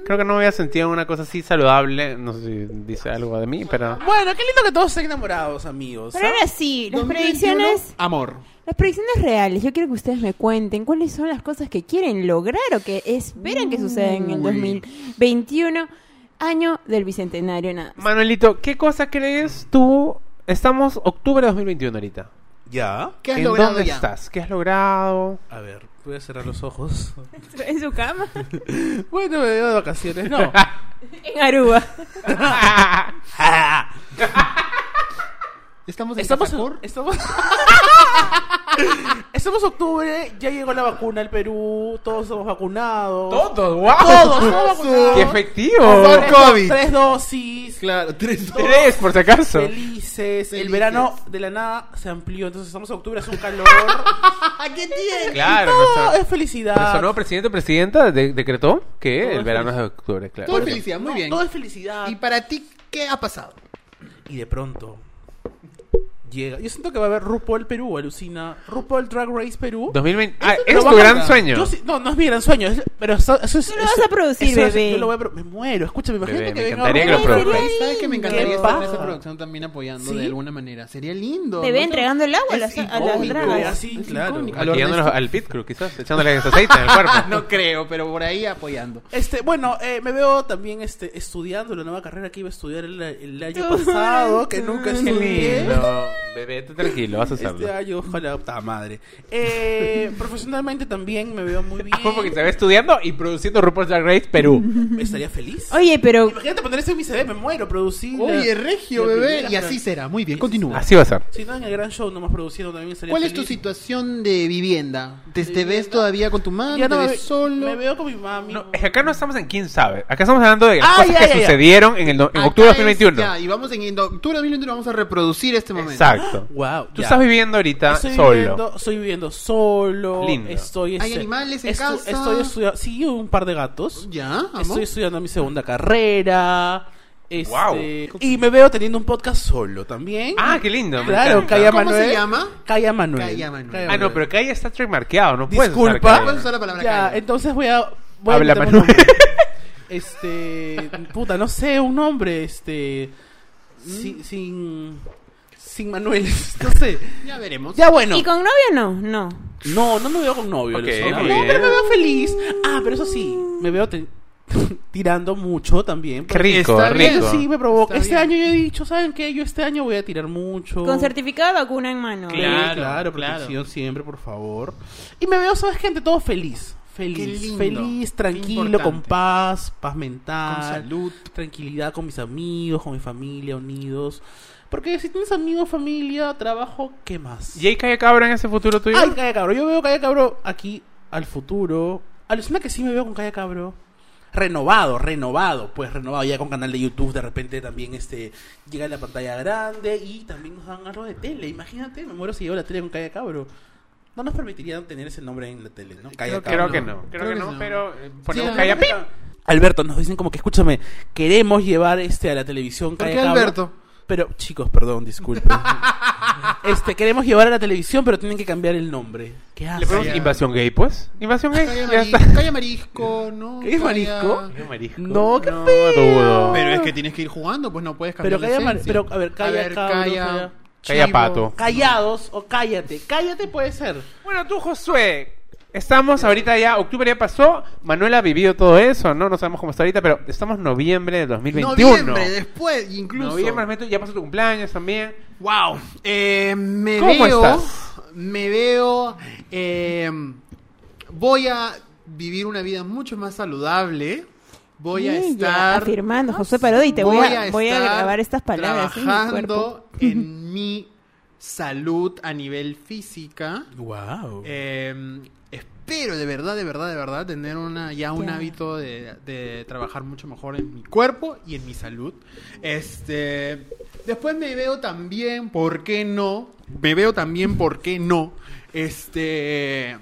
B: creo que no había sentido una cosa así saludable, no sé si dice algo de mí, pero...
C: Bueno, qué lindo que todos estén enamorados, amigos.
D: Pero
C: ¿ah?
D: ahora sí, las
A: 2021,
D: predicciones,
A: Amor.
D: las predicciones reales. Yo quiero que ustedes me cuenten cuáles son las cosas que quieren lograr o que esperan que sucedan en el
A: Uy.
D: 2021, año del bicentenario nada.
B: *laughs*
D: más.
B: Manuelito, ¿qué cosa crees tú? Estamos octubre de 2021 ahorita.
C: Ya.
A: ¿Qué has
B: ¿En
A: logrado
B: dónde
A: ya?
B: estás? ¿Qué has logrado? *laughs*
C: A ver, voy a cerrar los ojos.
D: En su cama,
C: *laughs* bueno, me dio de vacaciones. *laughs* No.
D: en Aruba.
A: Estamos en
C: estamos,
A: Cajacur.
C: *laughs* estamos... estamos octubre, ya llegó la vacuna al Perú, todos somos vacunados.
B: Todos, wow.
C: Todos somos vacunados.
B: ¡Qué efectivo!
A: Son
C: Tres,
A: COVID.
C: tres dosis.
A: Claro, tres, dos.
B: Tres, por si acaso.
C: Felices. El
A: Felices.
C: verano de la nada se amplió, entonces estamos en octubre, hace un *laughs* calor.
A: ¿Qué tiene?
B: Claro,
C: Todo
B: nuestro,
C: es felicidad.
B: nuestro nuevo presidente o presidenta de- decretó que
C: Todo
B: el
C: es
B: verano es
C: feliz.
B: de octubre, claro.
A: Todo es
B: Por
A: felicidad, muy
C: No,
A: bien.
C: Todo es felicidad.
A: ¿Y para ti qué ha pasado?
C: Y de pronto llega. Yo siento que va a haber RuPaul Perú, alucina. RuPaul Drag Race Perú.
B: ejemplo. 2020. Ah,
C: Eso
B: es
C: lo
B: tu
C: va a
B: gran
C: cantar.
B: sueño.
C: Yo sí- no, no es mi gran sueño. es- pero eso, eso es.
D: Tú lo
C: eso-
D: vas a producir,
C: eso es-
D: bebé.
C: yo lo voy a pro- me muero. Escúchame, imagínate
B: Bebé,
C: que
B: me
C: venga
B: encantaría que lo
C: RuPaul
D: produ-
C: Perú.
D: Sería
A: ¿Sabes que me
C: ¿Qué
A: encantaría estar en
C: pasa?
A: esa producción también apoyando
C: ¿Sí?
A: de alguna manera? Sería lindo.
D: Te ve
A: ¿no?
D: entregando el agua a las,
A: Es
D: a las
A: icónico.
D: dragas.
A: Es
C: Así, claro.
A: icónico.
B: Maquillándonos al pit crew, quizás, echándole aceite
C: *laughs*
B: en el cuerpo.
A: No creo, pero por ahí apoyando.
C: Este, bueno, eh, me veo también este, estudiando la nueva carrera que iba a estudiar el, el año
D: Tú-
C: pasado, que
B: Qué
C: nunca estudié.
B: lindo. Bebé, tú tranquilo, vas a hacerlo.
C: Este año, ojalá, puta madre. Eh, *laughs* profesionalmente también me veo muy bien.
B: Ojo, porque se ve estudiando y produciendo RuPaul's Drag Race Perú.
C: Estaría feliz.
D: Oye, pero
C: Imagínate poner eso en mi CV, me muero, producir.
A: Oye,
C: la-
A: Regio,
C: la
A: bebé.
C: primera
A: Y así será. Muy bien, continúa.
B: Así va a ser.
C: Si no, en el gran show nomás produciendo también estaría
A: ¿Cuál es tu
C: feliz.
A: situación de vivienda? ¿Te, te
C: vivienda?
A: ves todavía con tu madre?
C: Ya
A: ¿Te
C: no me,
A: ves
C: ve-
A: solo?
C: me veo con mi mami.
B: No, es que acá no estamos en quién sabe. Acá estamos hablando de las
C: Ah,
B: cosas
C: ya,
B: que
C: ya, ya.
B: sucedieron en, el do- en
A: Acá
B: octubre de
A: es
B: 2021.
A: ya, y vamos en, en octubre de 2021 vamos a reproducir este momento.
B: Exacto.
C: Wow.
B: Tú estás viviendo ahorita
C: estoy
B: solo.
C: Viviendo, estoy viviendo solo.
B: Lindo.
C: Estoy, este,
A: Hay animales en casa.
C: Estoy estudiando. Sí, un par de gatos.
A: ¿Ya? amor?
C: Estoy estudiando mi segunda carrera. Este,
B: Guau.
C: Y me veo teniendo un podcast solo también.
B: Ah, qué lindo. me
C: claro,
B: encanta.
C: Calla
A: ¿Cómo
C: Manuel.
A: se llama?
C: Calla Manuel.
A: Calla Manuel.
B: Ah, no, pero Calla está trademarkeado. No puedes usar
C: Disculpa.
B: Calla.
A: Puedes usar la palabra
C: ya,
A: calla.
C: entonces voy a. voy a
B: Habla
C: inventar un
B: Manuel.
C: nombre.
B: *laughs*
C: Este. Puta, no sé, un nombre. Este.
A: Mm.
C: Sin. Sin, sin Manuel. *laughs* No sé.
A: Ya veremos.
C: Ya bueno.
D: ¿y con novio no? No.
C: No, no me veo con novio.
B: Ok,
C: Luciana.
B: muy
C: no,
B: bien.
C: pero me veo feliz. Ah, pero eso sí, me veo te- *laughs* tirando mucho también.
B: Qué rico,
A: Está bien,
B: rico.
C: Eso sí me provoca.
A: Está
C: Este
A: bien.
C: año yo he dicho, ¿saben qué? Yo este año voy a tirar mucho.
D: Con certificado de vacuna en mano.
C: Sí, Claro, claro, protección siempre, por favor. Y me veo, ¿sabes gente? Todo feliz.
A: Qué
C: Feliz,
A: lindo.
C: feliz,
A: Qué
C: tranquilo,
A: importante.
C: con paz, paz mental,
A: Con salud.
C: tranquilidad con mis amigos, con mi familia, unidos. Porque si tienes amigos, familia, trabajo, ¿qué más?
B: ¿Y hay Calla Cabra en ese futuro tuyo?
C: Ay, Calla Cabro. Yo veo Calla Cabro aquí al futuro. Alucina que sí me veo con Calla Cabro. Renovado, renovado, pues renovado ya con canal de YouTube, de repente también este llega la pantalla grande y también nos dan algo de tele. Imagínate, me muero si llevo la tele con Calla Cabro. No nos permitirían tener ese nombre en la tele, ¿no?
B: creo
C: Calla Cabro.
B: que no. Creo, que, no, pero eh, ponemos
A: Sí,
B: Calla
A: no,
B: Pip.
C: Alberto, nos dicen como que escúchame, queremos llevar este a la televisión
A: ¿Por
C: Calla
A: qué
C: Cabro.
A: Alberto?
C: Pero, chicos,
A: *laughs*
C: perdón, disculpen. este, queremos llevar a la televisión, pero tienen que cambiar el nombre. ¿Qué
B: Le
C: haces?
B: ponemos
A: ya.
B: invasión gay, pues. Invasión gay.
A: Calle
B: Ya
A: Marisco,
B: está.
A: calle Marisco, ¿no?
C: ¿Qué es marisco?
A: Calle-
C: No, qué
B: No,
C: feo.
B: dudo.
A: Pero es que tienes que ir jugando, pues no puedes cambiar
C: Pero calla,
A: la
C: Mar-
A: esencia.
C: pero, a ver, calla, cabros, calla.
B: Calla,
A: chivo.
B: pato.
C: Callados o cállate. Cállate puede ser.
B: Bueno, tú, Josué. Estamos ahorita ya, octubre ya pasó. Manuel ha vivido todo eso, ¿no? No sabemos cómo está ahorita, pero estamos noviembre de 2021.
A: Noviembre, después, incluso.
B: Noviembre, mes, ya pasó tu cumpleaños también.
A: Wow. Eh, me
B: ¿Cómo
A: veo.
B: estás?
A: Me veo. eh, voy a vivir una vida mucho más saludable. Voy a
D: Ella,
A: estar.
D: afirmando, José Parodi, te voy, a, voy a
A: estar
D: grabar estas palabras. en mi cuerpo.
A: Trabajando
D: *laughs*
A: en mi salud a nivel física.
C: Wow.
A: Eh, espero de verdad, de verdad, de verdad tener una, ya un
D: Ya.
A: hábito de, de trabajar mucho mejor en mi cuerpo y en mi salud. Este, después me veo también, ¿por qué no? Me veo también, ¿por qué no? Este,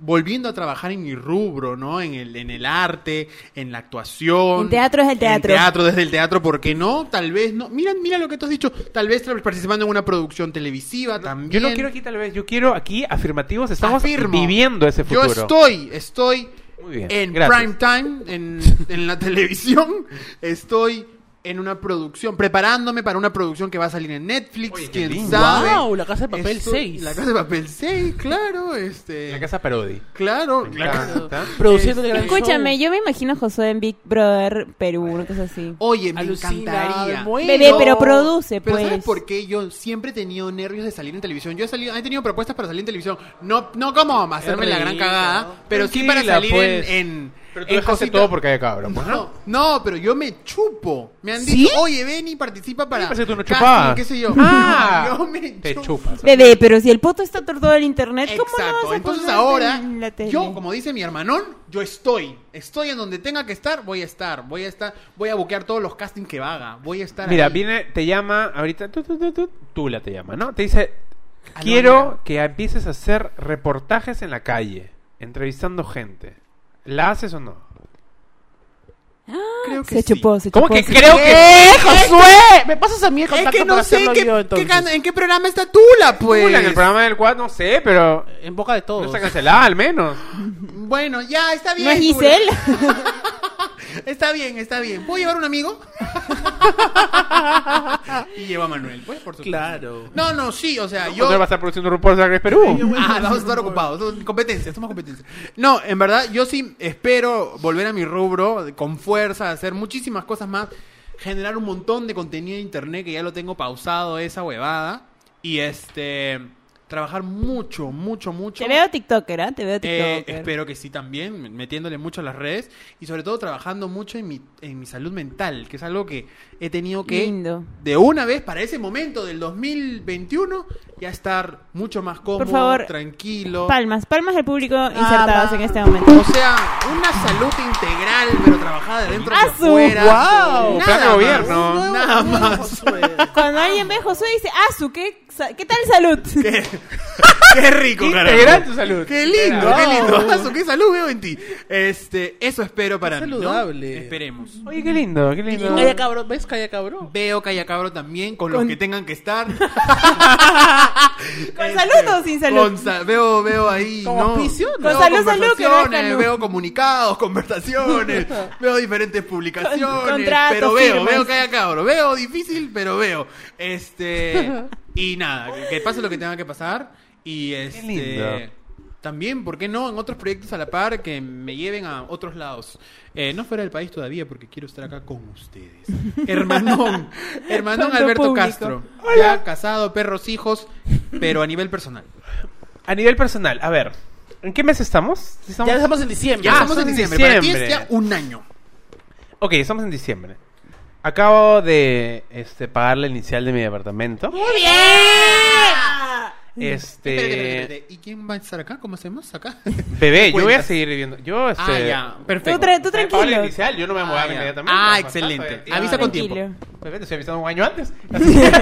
A: volviendo a trabajar en mi rubro, ¿no? En el, en el arte, en la actuación.
D: En teatro es el teatro.
A: En teatro, desde el teatro, ¿por qué no? Tal vez no. Mira, mira lo que tú has dicho. Tal vez tra- participando en una producción televisiva también.
B: Yo no quiero aquí, tal vez, yo quiero aquí afirmativos. Estamos
A: Afirmo.
B: viviendo ese futuro.
A: Yo estoy, estoy
B: Muy bien,
A: en
B: gracias.
A: prime time, en, en la *laughs* televisión, estoy en una producción, preparándome para una producción que va a salir en Netflix,
B: Oye, qué
A: quién
B: lindo.
A: sabe.
C: Guau, La Casa de Papel
A: Estoy-
C: 6.
A: La Casa de Papel
B: *laughs*
A: 6, claro, este...
B: La casa Parodi. Ah,
A: Claro, la casa-
B: Está- está.
C: Produciendo el gran
D: Escúchame,
C: show.
D: yo me imagino a José en Big Brother Perú, una cosa así.
A: Oye, me
C: Alucina,
A: encantaría.
C: bueno.
D: Bebé, pero produce,
A: Pero
D: pues.
A: ¿sabes por qué yo siempre he tenido nervios de salir en televisión? Yo he salido, he tenido propuestas para salir en televisión. No, no como hacerme la gran
B: rico.
A: cagada, pero sí
B: Tranquila,
A: para salir en-
B: pues.
A: en,
B: Pero tú
A: en
B: dejaste
A: cositas.
B: todo porque hay cabrón. pues,
A: No, no, pero yo me chupo. Me han
C: ¿Sí?
A: dicho, oye, ven y participa para.
B: Yo pensé que tú no
A: casting,
B: chupabas.
A: ¿Qué sé yo?
B: *laughs* Ah,
A: *laughs* yo me
B: Te
A: chupo.
B: chupas.
D: Bebé, pero si el poto está tortado en internet, ¿cómo no
A: Exacto.
D: vas a
A: Entonces
D: colgarte
A: ahora,
D: en la tele?
A: yo, como dice mi hermanón, yo estoy. Estoy en donde tenga que estar, voy a estar. Voy a estar. Voy a buquear todos los castings que haga. Voy a estar.
B: Mira,
A: ahí.
B: viene, te llama ahorita, tú, tú, tú, tú, Tula te llama, ¿no? Te dice,
A: Alondra.
B: quiero que empieces a hacer reportajes en la calle, entrevistando gente. ¿La haces o no?
A: Creo que
D: se
A: sí.
D: chupó, se
B: ¿Cómo
D: chupó.
B: que
D: se
B: creo
C: ¡Eh,
B: que...
C: Josué! ¿Me pasas a mí el
A: Es
C: contacto
A: que no
C: para
A: sé
C: hacerlo
A: qué-
C: yo,
A: qué
C: entonces?
A: can- en qué programa está Tula, pues.
B: Tula, en el programa del cual no sé, pero...
C: En boca de
B: No
C: todos.
B: está cancelada al menos.
A: Bueno, ya, está bien.
D: ¿No es
A: Tula.
D: Giselle?
A: Está bien, está bien. ¿Puedo llevar un
B: *laughs*
A: amigo? y lleva a Manuel, pues, por supuesto.
C: Claro.
A: No, no, sí, o sea, yo...
B: Yo... va a estar produciendo Reportajes de Drag Race Perú.
A: Ah, vamos a estar ocupados. somos Competencia, somos competencia. No, en verdad, yo sí espero volver a mi rubro de- con fuerza, hacer muchísimas cosas más, generar un montón de contenido en internet que ya lo tengo pausado, esa huevada. Y este. Trabajar mucho, mucho, mucho.
D: Te veo TikToker, ¿ah? Te veo
A: Eh,
D: TikToker.
A: espero que sí también, metiéndole mucho a las redes y sobre todo trabajando mucho en mi, en mi salud mental, que es algo que he tenido que
D: Lindo.
A: de una vez para ese momento del 2021 ya estar mucho más cómodo,
D: Por favor,
A: tranquilo.
D: Palmas, palmas del público
A: Ah,
D: insertados
C: va.
D: en este momento. Ah,
A: O sea, una salud integral, pero trabajada de dentro hacia
D: ¡Asu!
A: afuera.
C: ¡Guau!
A: Nada
B: Plan de
A: más, *laughs*
B: gobierno.
A: Nada más. *laughs*
D: Cuando alguien ve a Josué dice, Azu, ¿qué, sa- qué tal
A: *laughs*
D: salud?
A: Qué rico, carajo.
B: Integral tu salud.
A: Qué lindo,
C: Wow.
A: qué lindo. Asu, qué salud veo en ti. Este, eso espero para mí, ¿no?
C: saludable.
A: Esperemos.
B: Oye, qué lindo, qué lindo.
C: Calla cabrón, ¿ves? Calla cabrón.
A: Veo Calla Cabro también, con, los
D: Con-
A: que tengan que estar.
D: ¿Con salud o sin salud?
A: Con sa- veo, veo ahí.
C: Con
A: ¿no?
C: auspicio, ¿no?
A: Veo
D: Con salud, salud, que no hay
A: conversaciones,
D: salud.
A: Veo comunicados,
D: *laughs*
A: conversaciones, veo diferentes publicaciones.
D: Con- contratos,
A: pero veo,
D: firmas.
A: veo Calla Cabro. Veo difícil, pero veo.
D: *laughs*
A: Este. Y nada, que, que pase lo que tenga que pasar. Y este.
B: lindo.
A: También, ¿por qué no? En otros proyectos a la par que me lleven a otros lados. Eh, no fuera del país todavía porque quiero estar acá con
D: *laughs*
A: ustedes. Hermanón. Hermanón
D: Tanto
A: Alberto
D: público.
A: Castro. Ya casado, perros, hijos, pero a nivel personal.
B: A nivel personal, a ver, ¿en qué mes estamos?
C: Ya estamos en diciembre.
A: Ya
B: Ah,
A: estamos en
B: son
A: diciembre. Para ti es
B: diciembre.
A: ya un año.
B: Ok, estamos en diciembre. Acabo de este, pagar la inicial de mi departamento. Este.
A: Espérate, espérate, espérate. ¿Y quién va a estar acá? ¿Cómo hacemos acá?
B: Bebé, yo voy a
A: Cuentas.
B: seguir viviendo. Yo, este.
A: *laughs* ah, ya.
D: Tú,
A: Perfecto.
D: tra- tú
B: Pago la
D: tranquilo.
B: inicial, yo no me voy a
A: Ah,
B: mudar
A: ya.
B: inmediatamente.
A: Ah,
B: Basta,
A: excelente.
B: basta,
A: Avisa con tiempo.
B: bebé,
D: Tranquilo.
B: te estoy avisando un año antes. Así que-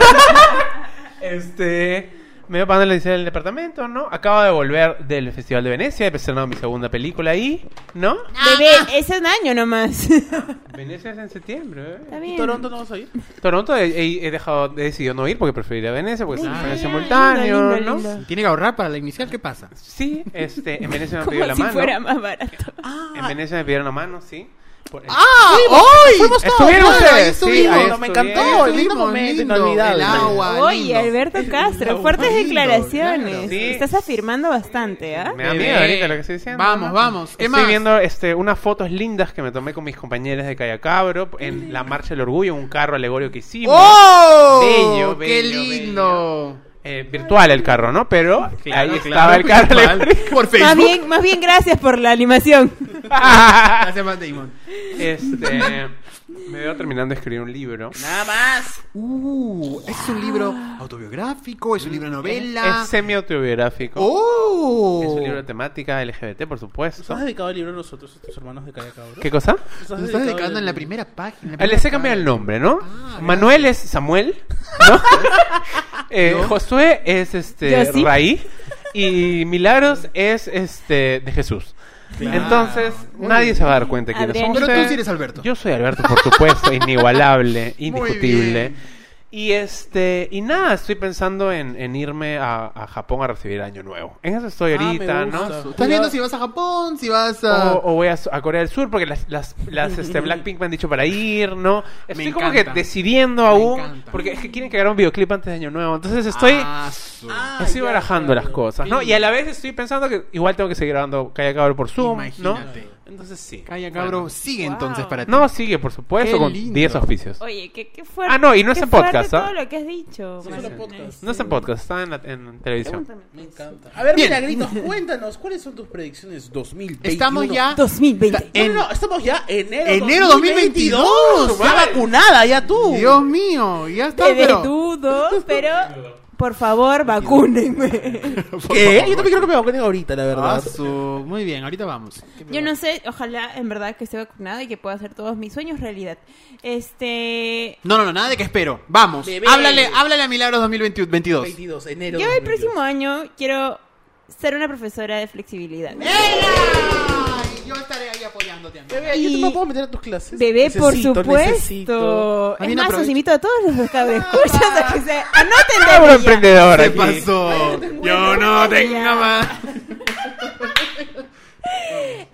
B: *laughs* este. Medio Panda le dice del departamento, ¿no? Acabo de volver del Festival de Venecia, he presentado mi segunda película ahí, ¿no?
D: Bebé, es un año nomás. *laughs* Está
B: Venecia es en septiembre, ¿eh?
D: bien.
C: ¿Toronto no vas a ir?
B: Toronto he, he- he dejado, he decidido no ir porque preferiría Venecia, porque se
D: Ah,
B: fue en
D: lindo,
B: simultáneo,
D: lindo,
B: ¿no?
D: lindo.
A: Tiene que ahorrar para la inicial, ¿qué pasa?
B: Sí, este, en Venecia
D: *laughs*
B: me
D: Como
B: pidieron la
D: si
B: mano.
D: fuera más barato.
B: En Venecia me pidieron la mano, sí. Por-
A: ¡Ah! ¡Hoy!
C: fuimos todos,
B: Estuvieron
C: claro,
B: ustedes,
C: ahí estuvimos,
B: sí, ahí
C: no, me
B: estuvieron.
C: encantó, lindo momento, inolvidable.
A: El agua,
D: Oye,
A: lindo.
D: Alberto Castro,
A: lindo,
D: fuertes
A: lindo,
D: declaraciones.
A: claro.
B: Sí.
D: Estás afirmando bastante, ¿ah?
B: Me da
A: Bebé.
B: miedo ahorita lo que estoy diciendo.
A: Vamos, vamos. ¿Qué
B: Estoy
A: más?
B: viendo este, unas fotos lindas que me tomé con mis compañeros de Callacabro en la Marcha del Orgullo, en un carro alegorio que hicimos.
A: ¡Oh!
B: Bello,
A: ¡Qué
B: bello,
A: lindo!
B: Eh, virtual el carro, ¿no? Pero ahí estaba
A: claro,
B: el carro
A: virtual.
B: eléctrico.
A: Por Facebook.
D: Más bien, más bien gracias por la animación.
A: *laughs* Gracias, Matt Damon.
B: *laughs* este, me veo terminando de escribir un libro.
C: Nada más.
A: Uh, es un libro autobiográfico, es un libro novela.
B: Es semi-autobiográfico.
A: ¡Oh!
B: Es un libro de temática LGBT, por supuesto.
C: ¿Nos has dedicado el libro a nosotros, a tus hermanos de Calle Cabro?
B: ¿Qué cosa?
C: ¿Nos has
A: Nos estás
C: dedicado
A: dedicando en la
C: el-
A: primera página. en la
B: Ah, Les
A: primera
B: he cambiado el nombre, ¿no?
A: Ah,
B: Manuel es Samuel,
A: *laughs*
B: ¿no? *laughs* Eh, Josué es este
D: Yo sí.
B: Raí y Milagros es este de Jesús.
A: Claro.
B: Entonces,
A: Muy
B: nadie
A: bien.
B: se va a dar cuenta de quiénes
D: Adrián.
B: son
A: Pero tú
B: ustedes.
A: sí eres Alberto.
B: Yo soy Alberto, por
A: *laughs*
B: supuesto, inigualable, indiscutible.
A: bien.
B: Y este, y nada, estoy pensando en, en irme a, a Japón a recibir Año Nueva. En eso estoy
C: Ah, me
B: ahorita,
C: gusta.
B: ¿no?
A: ¿Estás viendo si vas a Japón, si vas a...
B: O, o voy a, a Corea del Sur porque las, las, las, este, Blackpink me han dicho para ir, ¿no? Estoy como que
A: encanta.
B: decidiendo
A: Me
B: aún
A: encanta.
B: porque es que quieren que haga un videoclip antes de Año Nuevo. Entonces estoy,
A: Ah, su-
C: Ah,
B: estoy
C: ya,
B: barajando
C: claro.
B: las cosas, ¿no? Y a la vez estoy pensando que igual tengo que seguir grabando Calla Cabro por Zoom,
A: Imagínate.
B: ¿no? Entonces sí.
A: Calla, cabro. Sigue
D: Wow.
A: entonces para ti.
B: No, sigue, por supuesto,
A: Qué
B: con
A: lindo.
B: 10 auspicios.
D: Oye, qué, qué fuerte.
B: Ah, no, y no es
D: qué
B: en podcast,
D: fuerte
B: ¿ah?
D: todo lo que has dicho. Marina.
C: solo podcast.
B: No está en podcast, está en, la- en televisión.
D: Pregúntame.
C: Me encanta. A ver,
A: Bien.
C: Milagritos, cuéntanos, ¿cuáles son tus predicciones 2020?
A: Estamos ya...
D: 2020.
C: No,
A: En-
C: no, no, estamos ya enero,
A: Enero 2022.
C: Ya vacunada, ya tú.
A: Dios mío, ya está,
D: Te
A: pero...
D: dudo, pero por favor,
B: *laughs*
D: vacúnenme.
C: ¿Qué? Yo también creo que me vacunen ahorita, la verdad.
A: Ah, su- Muy bien, ahorita vamos.
D: Yo no sé, ojalá en verdad que esté vacunada y que pueda hacer todos mis sueños realidad. Este,
A: No, no, no, nada de que espero. Vamos.
C: Bebé.
A: Háblale, háblale a Milagros 2022.
C: 22, enero.
D: yo el
C: 2022.
D: próximo año quiero ser una profesora de flexibilidad.
A: ¡Ella! Y Yo estaré ahí apoyándote. amiga.
C: Bebé, yo
D: Y-
C: te me puedo meter a tus clases.
D: Bebé, por
C: Necesito,
D: supuesto.
C: necesito.
A: A mí
D: Es
A: no
D: más,
A: aprovecho.
D: os invito a todos
C: *laughs*
D: los cabrescuchos a que se anoten de
B: Cabro
D: ella.
B: emprendedor
A: ¿Qué
B: aquí.
A: pasó? Yo no tengo más.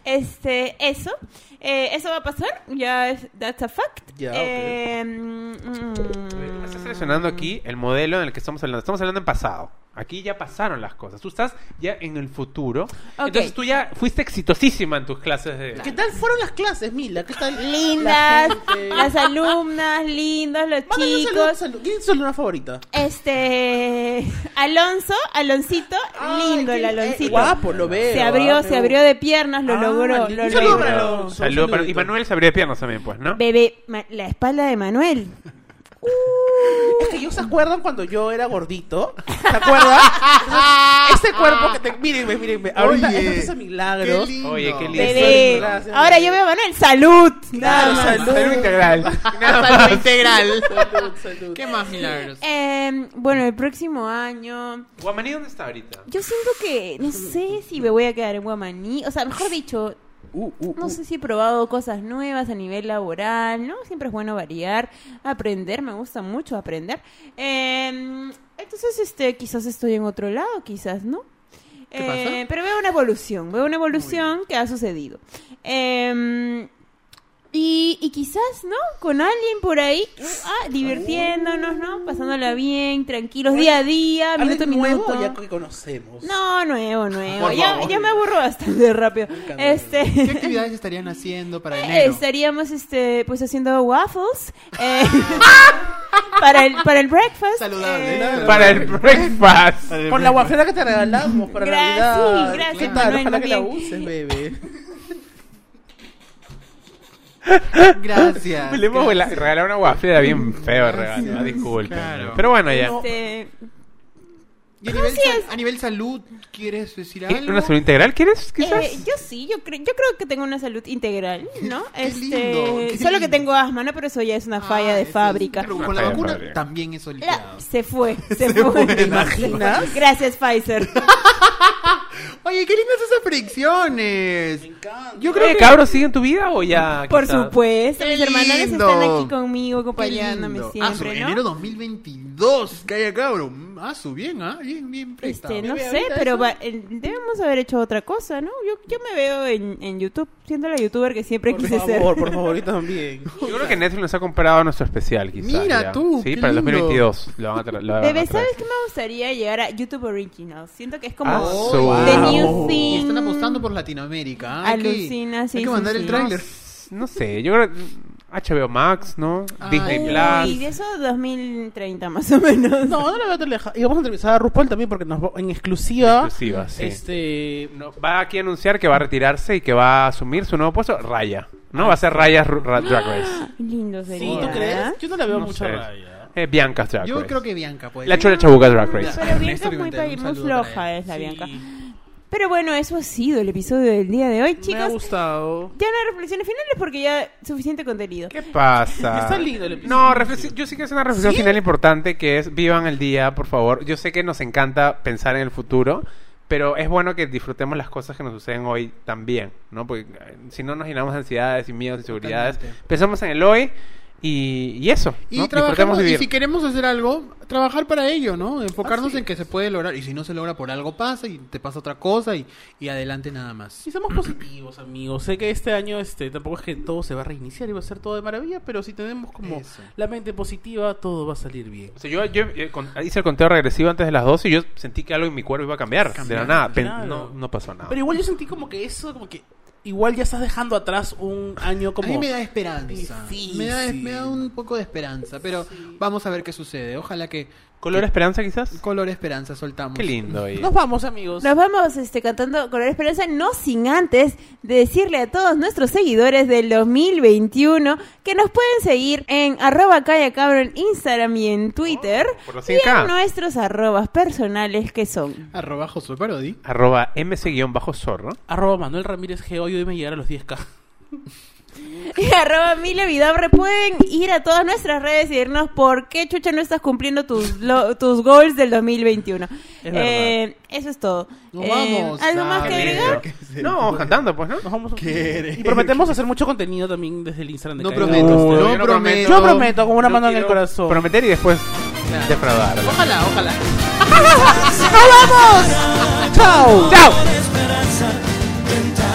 D: Este, eso. Eh, eso va a pasar. Ya, es- that's a fact.
C: Ya, ok.
D: Eh, mm,
B: Me Estás seleccionando aquí el modelo en el que estamos hablando. Estamos hablando en pasado. Aquí ya pasaron las cosas. Tú estás ya en el futuro.
D: Ok.
B: Entonces tú ya fuiste exitosísima en tus clases de...
C: ¿Qué tal fueron las clases, Mila? ¿Qué tal?
D: lindas,
C: La gente?
D: las alumnas, lindos, los
C: Mándale un
D: chicos.
C: saludo, saludo. ¿Quién es tu alumna favorita?
D: Este Alonso, Aloncito,
C: Ay,
D: lindo el
C: qué-
D: Aloncito.
C: eh, guapo, lo veo.
D: se abrió,
C: ah, me
D: se abrió de piernas, lo
C: Ah,
D: logró,
C: li-
D: lo
C: un saludo para
D: logró.
C: Alonso, un
B: Saludo para- Y
C: saludito.
B: Manuel se abrió de piernas también, pues, ¿no?
D: Bebé, ma- la espalda de Manuel.
C: Es que ellos se acuerdan cuando yo era gordito. ¿Se acuerdan? Ese cuerpo que te. Mírenme, mírenme. Ahorita
A: Oye,
C: esto es un milagro.
A: Qué lindo.
B: Oye, qué lindo.
D: Bebé.
C: Gracias,
D: Ahora
C: bebé.
D: yo veo a Manuel, salud. Nada
C: Claro,
D: más.
C: salud.
B: Salud integral. Nada
A: Salud
B: más.
A: integral.
C: Salud, salud.
A: ¿Qué más
D: *laughs*
A: milagros?
D: Eh, bueno, el próximo año.
B: Guamaní, ¿dónde está ahorita?
D: Yo siento que no sé si me voy a quedar en Guamaní. O sea, mejor dicho,
C: Uh, uh,
D: No
C: uh.
D: sé si he probado cosas nuevas a nivel laboral, ¿no? Siempre es bueno variar, aprender, me gusta mucho aprender. Eh, entonces, este, quizás estoy en otro lado, quizás, ¿no?
A: ¿Qué pasa?
D: Eh, pero veo una evolución, veo una evolución que ha sucedido. Eh, y, y quizás, ¿no? Con alguien por ahí, ah, divirtiéndonos, ¿no? Pasándola bien, tranquilos, día a día,
C: Uh. ¿Alguien
D: minuto a
C: nuevo
D: minuto.
C: ya que conocemos.
D: No, nuevo, nuevo.
A: Pues. Por
D: Ya,
A: favor.
D: ya me aburro bastante rápido.
C: encanta.
D: Este...
A: ¿Qué actividades estarían haciendo
D: *laughs*
A: para
D: Eh,
A: enero?
D: Estaríamos este, pues
A: *laughs*
D: haciendo waffles eh, *laughs* para, el, para el breakfast.
A: Saludable,
D: eh,
A: saludable.
B: Para el breakfast.
C: Con la guaflera que te regalamos para
D: Gracias,
C: Navidad.
D: sí, gracias,
C: ¿Qué tal?
D: Manuel,
C: Ojalá
D: muy
C: que la
D: bien.
C: uses,
D: *laughs*
C: bebé.
A: Gracias.
B: Le hemos
A: Gracias.
B: regala- regalado una guaflera bien feo de regalo. Disculpen.
A: Claro.
B: Pero bueno, ya.
D: este,
A: Y a
D: ¿Cómo
A: nivel,
D: así
A: sal-
D: es?
A: a nivel salud, ¿quieres decir
B: ¿Y
A: algo?
B: Eh, ¿Una salud integral quieres? Quizás.
D: Eh, yo sí, yo, cre- yo creo que tengo una salud integral, ¿no?
A: *laughs* Qué
D: Este,
A: lindo, qué
D: solo que
A: lindo.
D: tengo asma, ¿no? Pero eso ya es una
A: Ah,
D: falla de
A: eso es-
D: fábrica.
A: Pero
B: Una
A: con la
B: falla de
A: vacuna
B: fábrica.
A: también eso
D: La-
A: liquidado. *laughs*
D: se fue, se, fue.
A: fue, *laughs*
D: ¿Te
C: imaginas?
D: Gracias, Pfizer.
A: Oye, qué lindas esas fricciones.
B: Yo creo que Eh, cabros siguen tu vida o ya.
D: Por
B: quizás?
D: supuesto,
A: Qué
D: mis hermanas están
A: lindo.
D: aquí conmigo,
A: Qué lindo.
D: acompañándome
A: Ah, su
D: siempre,
A: enero
D: ¿no?
A: 2022. Calla, cabrón. Ah, su bien, ¿ah? Bien, bien presta.
D: Este, no
A: Bebé,
D: sé,
A: ahorita
D: pero
A: eso.
D: va- eh, debemos haber hecho otra cosa, ¿no? Yo, yo me veo en, en YouTube siendo la youtuber que siempre
C: Por
D: quise ser.
C: favor, por favor, y también.
B: Yo creo que Netflix nos ha comprado nuestro especial, quizás.
A: Mira
B: ya.
A: tú,
B: Sí,
A: qué
B: para el
A: lindo.
B: 2022. Lo van a tra- lo van a traer.
D: Bebé, ¿sabes qué me gustaría llegar a YouTube Originals? Siento que es como
B: Ah,
A: Oh,
B: su-
A: wow.
D: The New
A: Y
D: Thing.
A: están apostando por Latinoamérica. ¿ah? Hay que-
D: Alucina, sí,
A: Hay
D: sí,
A: que mandar
D: sí.
A: el tráiler.
B: No sé, yo creo. HBO Max, ¿no?
A: Ay,
B: Disney
A: uy,
D: Y de
B: Plus.
D: eso 2030 más o menos.
C: No, no la veo tan leja. Y vamos a entrevistar a RuPaul también porque nos va- en exclusiva.
B: Exclusiva, sí.
C: Este.
B: No, va aquí a anunciar que va a retirarse y que va a asumir su nuevo puesto, Raya. ¿No? Va a ser Raya Ru- Ra- Drag Race.
D: Lindo
C: Sí,
D: sería.
C: ¿tú crees? Yo no la veo mucho
B: sé.
C: raya.
B: Eh, Bianca Drag
A: Yo
B: Race.
A: creo que Bianca puede
B: La
A: ser.
B: chula chabuca Drag
D: Pero
B: Race.
A: Ernesto
D: Bianca es muy,
A: Pimentel,
D: pa-
A: un
D: muy
A: saludo para
D: floja, es la
C: Sí.
D: Bianca. Pero bueno, eso ha sido el episodio del día de hoy,
C: Me ha
D: chicos.
C: gustado.
D: Ya no hay reflexiones finales porque ya suficiente contenido.
B: ¿Qué pasa?
C: Está lindo el episodio.
B: No, reflexi- yo sí que es una reflexión final importante que es vivan el día, por favor. Yo sé que nos encanta pensar en el futuro, pero es bueno que disfrutemos las cosas que nos suceden hoy también, ¿no? Porque eh, si no nos llenamos de ansiedades y miedos, inseguridades,
A: Totalmente.
B: pensemos en el hoy y, y eso.
A: Y,
B: ¿no? Disfrutemos
A: trabajemos, y
B: vivir. Ah,
A: si queremos hacer algo, trabajar para ello, ¿no? Enfocarnos en que se puede lograr. Y si no se logra por algo pasa y te pasa otra cosa y, y adelante nada más.
C: Sí, seamos positivos, amigos. Sé que este año este tampoco es que todo se va a reiniciar y va a ser todo de maravilla, pero si tenemos como
A: Eso.
C: la mente positiva, todo va a salir bien.
B: O sea, yo, yo, eh, con- hice el conteo regresivo antes de las 12 y yo sentí que algo en mi cuerpo iba a cambiar. de la
A: Cambiar,
B: nada, Pen-
C: claro.
B: no, no pasó nada.
C: Pero igual yo sentí como que eso, como que igual ya estás dejando atrás un año como...
A: A mí me da esperanza.
C: Difícil.
A: Me da, me da un poco de esperanza, pero vamos a ver qué sucede. Ojalá que
B: ¿Color esperanza quizás?
A: color esperanza soltamos.
B: Qué lindo. oye.
C: Nos vamos, amigos.
D: Nos vamos este, cantando Color Esperanza, no sin antes de decirle a todos nuestros seguidores del 2021 que nos pueden seguir en arroba Calla Cabro en Instagram y en Twitter
B: Oh, por los
D: y
B: 100K.
D: en nuestros arrobas personales que son. *laughs*
A: Arroba Josué Parodi.
B: Arroba mc-zorro.
C: Arroba Manuel Ramírez G. Hoy me llegar a los 10k.
D: Y arroba Mile Vidaurre. Pueden ir a todas nuestras redes y decirnos por qué chucha no estás cumpliendo tus, lo- tus goals del 2021.
C: Es verdad.
D: Eh, eso es todo.
A: Nos
D: Eh,
A: vamos.
D: ¿Algo
A: Ah,
D: más que
A: qué lindo.
D: agregar?
B: No, vamos cantando, pues, ¿no?
C: Nos vamos.
A: ¿Qué
C: Y prometemos hacer mucho contenido también desde el Instagram de
A: No
C: Caigo.
A: prometo,
B: Uy, yo
A: no,
B: no
A: prometo.
C: Yo prometo, con una
B: Yo
C: mano en el
B: quiero
C: corazón.
B: Prometer y después
A: Claro.
B: defraudar.
A: Ojalá, ojalá.
C: ¡Nos vamos! ¡Chao!
B: ¡Chao!
F: esperanza, tentar